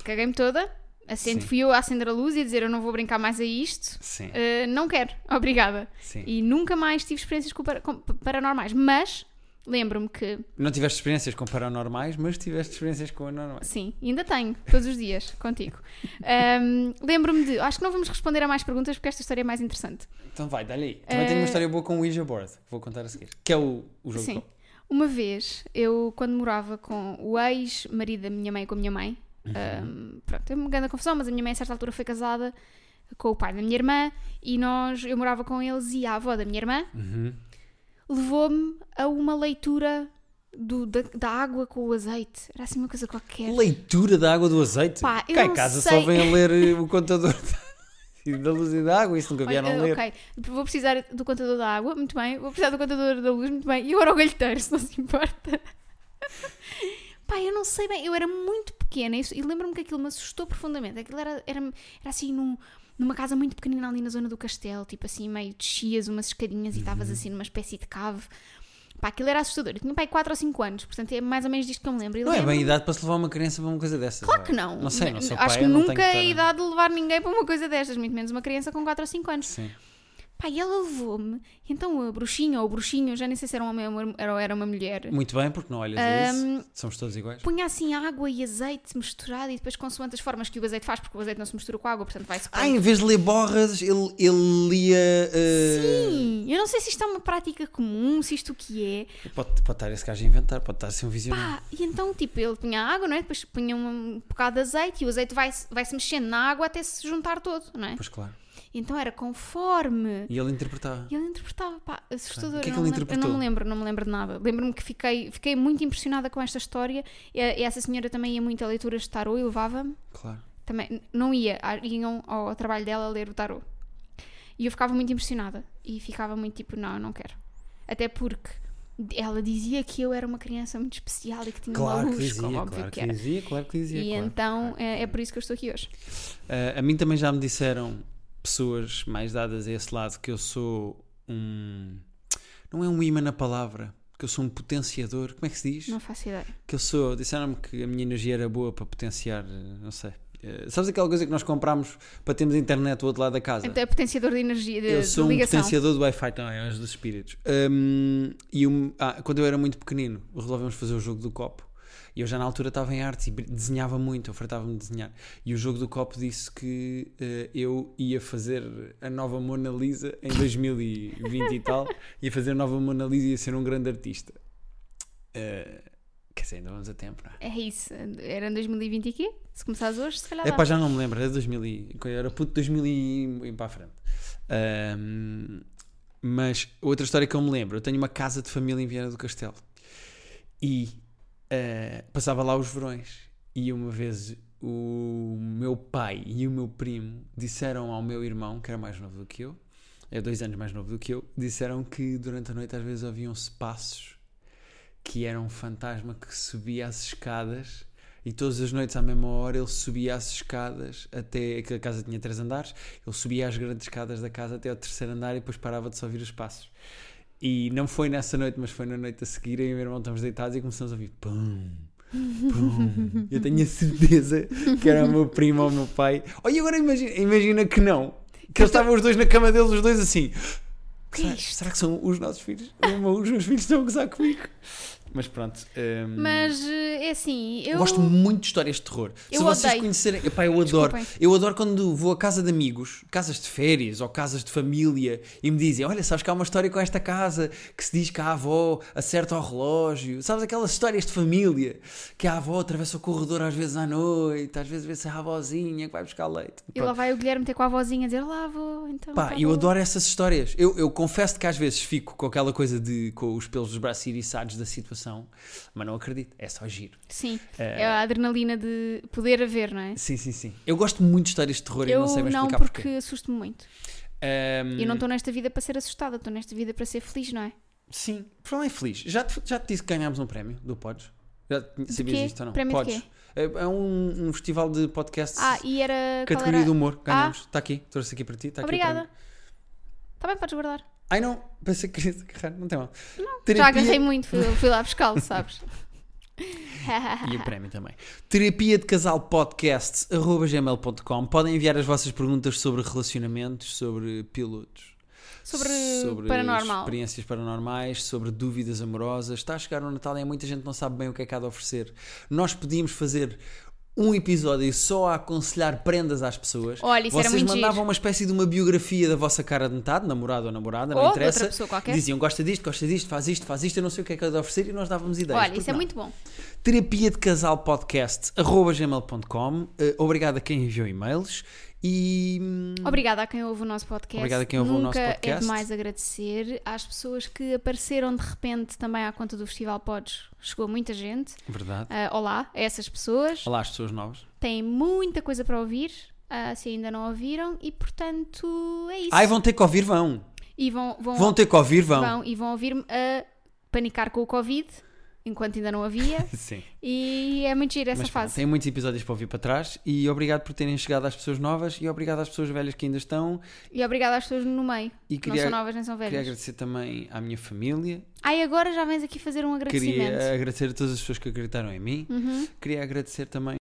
[SPEAKER 1] Caguei-me toda. Acendo,
[SPEAKER 2] Sim.
[SPEAKER 1] fui eu a acender a luz e a dizer eu não vou brincar mais a isto.
[SPEAKER 2] Sim,
[SPEAKER 1] Ah, não quero, obrigada.
[SPEAKER 2] sim.
[SPEAKER 1] E nunca mais tive experiências com para- com- paranormais. Mas lembro-me que
[SPEAKER 2] Não tiveste experiências com paranormais, mas tiveste experiências com anormais.
[SPEAKER 1] Sim, ainda tenho, todos os dias, contigo. Ahm, Lembro-me de. Acho que não vamos responder a mais perguntas porque esta história é mais interessante.
[SPEAKER 2] Então vai, dá-lhe aí. Também
[SPEAKER 1] Eh,
[SPEAKER 2] tenho uma história boa com o Ouija Board, que vou contar a seguir. Que é o, o jogo
[SPEAKER 1] Sim.
[SPEAKER 2] do copo.
[SPEAKER 1] Uma vez, eu, quando morava com o ex-marido da minha mãe, com a minha mãe, ahm, pronto, teve uma grande confusão, mas a minha mãe, a certa altura, foi casada com o pai da minha irmã e nós, eu morava com eles e a avó da minha irmã
[SPEAKER 2] Uhum.
[SPEAKER 1] levou-me a uma leitura do- da, da água com o azeite. Era assim uma coisa qualquer.
[SPEAKER 2] Leitura da água do azeite?
[SPEAKER 1] Pá, eu
[SPEAKER 2] Cá em
[SPEAKER 1] não
[SPEAKER 2] casa
[SPEAKER 1] sei.
[SPEAKER 2] só vem a ler eh, o contador da- da luz e da água, isso nunca vieram
[SPEAKER 1] Olha,
[SPEAKER 2] ler.
[SPEAKER 1] ok, vou precisar do contador da água, muito bem. Vou precisar do contador da luz, muito bem. E agora o galheteiro, se não se importa. Pá, eu não sei bem, eu era muito pequena isso- e lembro-me que aquilo me assustou profundamente. Aquilo era, era, era assim num- numa casa muito pequenina ali na zona do castelo, tipo assim, meio descias umas escadinhas e
[SPEAKER 2] Uhum.
[SPEAKER 1] estavas assim numa espécie de cave. Pá, aquilo era assustador. Eu tinha pai 4 ou 5 anos, portanto é mais ou menos disto que eu me lembro. E
[SPEAKER 2] Não é bem
[SPEAKER 1] lembro-me-
[SPEAKER 2] idade para se levar uma criança para uma coisa dessas.
[SPEAKER 1] Claro que
[SPEAKER 2] vai.
[SPEAKER 1] não.
[SPEAKER 2] Não sei, não sou
[SPEAKER 1] Acho
[SPEAKER 2] pai,
[SPEAKER 1] que
[SPEAKER 2] eu não tenho
[SPEAKER 1] nunca
[SPEAKER 2] que
[SPEAKER 1] é
[SPEAKER 2] estar-
[SPEAKER 1] idade de levar ninguém para uma coisa destas, muito menos uma criança com 4 ou 5 anos.
[SPEAKER 2] Sim.
[SPEAKER 1] Pá, e ela levou-me. Então a bruxinha ou o bruxinho, já nem sei se era um homem ou era- ou era uma mulher,
[SPEAKER 2] Muito bem, porque não olhas a isso. Somos todos iguais.
[SPEAKER 1] punha assim água e azeite misturado e depois consoante as formas que o azeite faz, porque o azeite não se mistura com a água, portanto vai-se
[SPEAKER 2] Ah,
[SPEAKER 1] pondo.
[SPEAKER 2] em vez de ler borras, ele, ele lia. eh,
[SPEAKER 1] Sim, eu não sei se isto é uma prática comum, se isto o que é.
[SPEAKER 2] Pode, pode estar esse gajo a inventar, pode estar a ser um visionário.
[SPEAKER 1] Pá, e então tipo, ele punha água, não é? Depois punha um bocado de azeite e o azeite vai-se vai-se mexendo na água até se juntar todo, não é?
[SPEAKER 2] Pois claro.
[SPEAKER 1] Então era conforme
[SPEAKER 2] E ele interpretava.
[SPEAKER 1] E ele interpretava, pá, assustador.
[SPEAKER 2] O que é que
[SPEAKER 1] eu, não me lembro, eu
[SPEAKER 2] ele
[SPEAKER 1] não
[SPEAKER 2] interpretou?
[SPEAKER 1] me lembro, não me lembro de nada. Lembro-me que fiquei, fiquei muito impressionada com esta história. E e essa senhora também ia muito a leituras de tarô e levava-me.
[SPEAKER 2] Claro.
[SPEAKER 1] Também, n- não ia, a- iam ao, ao trabalho dela ler o tarô. E eu ficava muito impressionada. E ficava muito tipo, não, eu não quero. Até porque ela dizia que eu era uma criança muito especial e que tinha
[SPEAKER 2] Claro
[SPEAKER 1] uma
[SPEAKER 2] que
[SPEAKER 1] luz,
[SPEAKER 2] dizia,
[SPEAKER 1] como
[SPEAKER 2] claro
[SPEAKER 1] óbvio que
[SPEAKER 2] que
[SPEAKER 1] era.
[SPEAKER 2] dizia, claro que dizia.
[SPEAKER 1] E
[SPEAKER 2] claro.
[SPEAKER 1] então é, é por isso que eu estou aqui hoje.
[SPEAKER 2] Uh, a mim também já me disseram pessoas mais dadas a esse lado que eu sou um. Não é um imã na palavra, que eu sou um potenciador. Como é que se diz?
[SPEAKER 1] Não faço ideia.
[SPEAKER 2] Que eu sou. Disseram-me que a minha energia era boa para potenciar, eh, não sei, Eh, sabes aquela coisa que nós comprámos para termos internet do outro lado da casa?
[SPEAKER 1] Então, é potenciador de energia, de,
[SPEAKER 2] Eu
[SPEAKER 1] de
[SPEAKER 2] sou um
[SPEAKER 1] ligação.
[SPEAKER 2] potenciador do Wi-Fi também, anjo dos espíritos. Hum, e um- ah, quando eu era muito pequenino, resolvemos fazer o jogo do copo. E eu já na altura estava em artes e br- desenhava muito, ofertava-me de desenhar. E o jogo do copo disse que eh, eu ia fazer a nova Mona Lisa em 2020 e tal. Ia fazer a nova Mona Lisa e ia ser um grande artista. Eh, quer dizer, ainda vamos a tempo, não é?
[SPEAKER 1] É isso. Era em 2020 e quê? Se começares hoje, se calhar
[SPEAKER 2] É
[SPEAKER 1] dá.
[SPEAKER 2] pá, já não me lembro, era 2000 e, quando eu era puto 2000 e, e para a frente. Ahm, mas outra história que eu me lembro, eu tenho uma casa de família em Viana do Castelo e ah, passava lá os verões e uma vez o meu pai e o meu primo disseram ao meu irmão, que era mais novo do que eu, é dois anos mais novo do que eu, disseram que durante a noite às vezes ouviam-se passos que era um fantasma que subia as escadas e todas as noites à mesma hora ele subia as escadas até que a casa tinha três andares, ele subia as grandes escadas da casa até ao terceiro andar e depois parava de só ouvir os passos. E não foi nessa noite, mas foi na noite a seguir, eu e o meu irmão estamos deitados e começamos a ouvir pum, pum. Eu tenho a certeza que era o meu primo ou o meu pai. Olha, agora imagina, imagina que não. Que eles estavam os dois na cama deles, os dois assim.
[SPEAKER 1] Então- que é
[SPEAKER 2] Será,
[SPEAKER 1] isto?"
[SPEAKER 2] será que são os nossos filhos? Os meus filhos estão a gozar comigo. Mas pronto. hum,
[SPEAKER 1] Mas eh, é assim, eu.
[SPEAKER 2] Gosto muito de histórias de terror.
[SPEAKER 1] Eu
[SPEAKER 2] Se vocês
[SPEAKER 1] odeio.
[SPEAKER 2] conhecerem. Epá, eu adoro.
[SPEAKER 1] Desculpem.
[SPEAKER 2] Eu adoro quando vou a casa de amigos, casas de férias ou casas de família e me dizem: Olha, sabes que há uma história com esta casa que se diz que a avó acerta ao relógio. Sabes aquelas histórias de família que a avó atravessa o corredor às vezes à noite, às vezes vê-se a avózinha que vai buscar leite.
[SPEAKER 1] E lá
[SPEAKER 2] Pronto.
[SPEAKER 1] vai o Guilherme ter com a avózinha a dizer: Lá vou, então.
[SPEAKER 2] Pá,
[SPEAKER 1] tá
[SPEAKER 2] eu
[SPEAKER 1] bom."
[SPEAKER 2] adoro essas histórias. Eu, eu confesso que às vezes fico com aquela coisa de com os pelos dos braços iriçados da situação, mas não acredito. É só giro.
[SPEAKER 1] Sim,
[SPEAKER 2] Eh,
[SPEAKER 1] é a adrenalina de poder haver, não é?
[SPEAKER 2] Sim, sim, sim. Eu gosto muito de histórias de terror e
[SPEAKER 1] eu
[SPEAKER 2] não sei bem explicar
[SPEAKER 1] porque
[SPEAKER 2] porquê. Hum.
[SPEAKER 1] assusto-me muito.
[SPEAKER 2] Ahm,
[SPEAKER 1] Eu não estou nesta vida para ser assustada, estou nesta vida para ser feliz, não é?
[SPEAKER 2] Sim, por falar em feliz, já te, já te disse que ganhámos um prémio do Pods? Já te- sabias
[SPEAKER 1] quê?
[SPEAKER 2] disto ou não?
[SPEAKER 1] Prémio de
[SPEAKER 2] Pods.
[SPEAKER 1] quê?
[SPEAKER 2] É, é um, um festival de podcasts,
[SPEAKER 1] Ah, e era. qual
[SPEAKER 2] categoria
[SPEAKER 1] era? Ah.
[SPEAKER 2] do humor, ganhámos. Está aqui, trouxe aqui para ti. Está aqui o
[SPEAKER 1] Obrigada.
[SPEAKER 2] prémio.
[SPEAKER 1] Está bem, podes guardar.
[SPEAKER 2] Ai não, pensei que querias agarrar, não tem mal.
[SPEAKER 1] Já
[SPEAKER 2] Terapia-
[SPEAKER 1] agarrei muito, fui, fui lá buscá-lo, sabes?
[SPEAKER 2] E o prémio também. Terapia de Casal Podcast, arroba gmail.com. Podem enviar as vossas perguntas sobre relacionamentos, sobre pilotos.
[SPEAKER 1] Sobre paranormal.
[SPEAKER 2] experiências paranormais, sobre dúvidas amorosas. Está a chegar o Natal e muita gente não sabe bem o que é que há de oferecer. Nós podíamos fazer um episódio só a aconselhar prendas às pessoas.
[SPEAKER 1] Olha, isso era
[SPEAKER 2] Vocês
[SPEAKER 1] muito
[SPEAKER 2] mandavam
[SPEAKER 1] giro.
[SPEAKER 2] uma espécie de uma biografia da vossa cara de metade, namorado ou namorada,
[SPEAKER 1] Ou
[SPEAKER 2] não
[SPEAKER 1] de outra
[SPEAKER 2] interessa.
[SPEAKER 1] pessoa qualquer.
[SPEAKER 2] Diziam gosta disto, gosta disto, faz isto, faz isto, eu não sei o que é que há de oferecer e nós dávamos ideias.
[SPEAKER 1] Olha,
[SPEAKER 2] Por
[SPEAKER 1] isso
[SPEAKER 2] que
[SPEAKER 1] é
[SPEAKER 2] não?
[SPEAKER 1] muito bom.
[SPEAKER 2] terapia de casal podcast arroba gmail.com Eh, obrigado a quem enviou e-mails e hum,
[SPEAKER 1] Obrigada a quem ouve o nosso podcast.
[SPEAKER 2] Obrigado a quem ouve o
[SPEAKER 1] Nunca
[SPEAKER 2] nosso
[SPEAKER 1] é
[SPEAKER 2] podcast.
[SPEAKER 1] demais agradecer às pessoas que apareceram de repente também à conta do Festival Pods. Chegou muita gente.
[SPEAKER 2] verdade
[SPEAKER 1] Ah, olá a essas pessoas.
[SPEAKER 2] olá as pessoas novas
[SPEAKER 1] Têm muita coisa para ouvir, ah, se ainda não ouviram, e portanto é isso.
[SPEAKER 2] ai vão ter que ouvir vão
[SPEAKER 1] E vão, vão,
[SPEAKER 2] vão ter que ouvir vão,
[SPEAKER 1] vão- e vão ouvir-me a panicar com o Covid, enquanto ainda não havia.
[SPEAKER 2] sim
[SPEAKER 1] e é muito giro essa
[SPEAKER 2] mas pronto,
[SPEAKER 1] fase.
[SPEAKER 2] tem muitos episódios para ouvir para trás e obrigado por terem chegado às pessoas novas e obrigado às pessoas velhas que ainda estão
[SPEAKER 1] E obrigada às pessoas no meio.
[SPEAKER 2] E
[SPEAKER 1] Não
[SPEAKER 2] queria-
[SPEAKER 1] são novas nem são
[SPEAKER 2] queria
[SPEAKER 1] velhas.
[SPEAKER 2] agradecer também à minha família
[SPEAKER 1] Ai, agora já vens aqui fazer um agradecimento. Uhum.
[SPEAKER 2] queria agradecer a todas as pessoas que acreditaram em mim queria agradecer também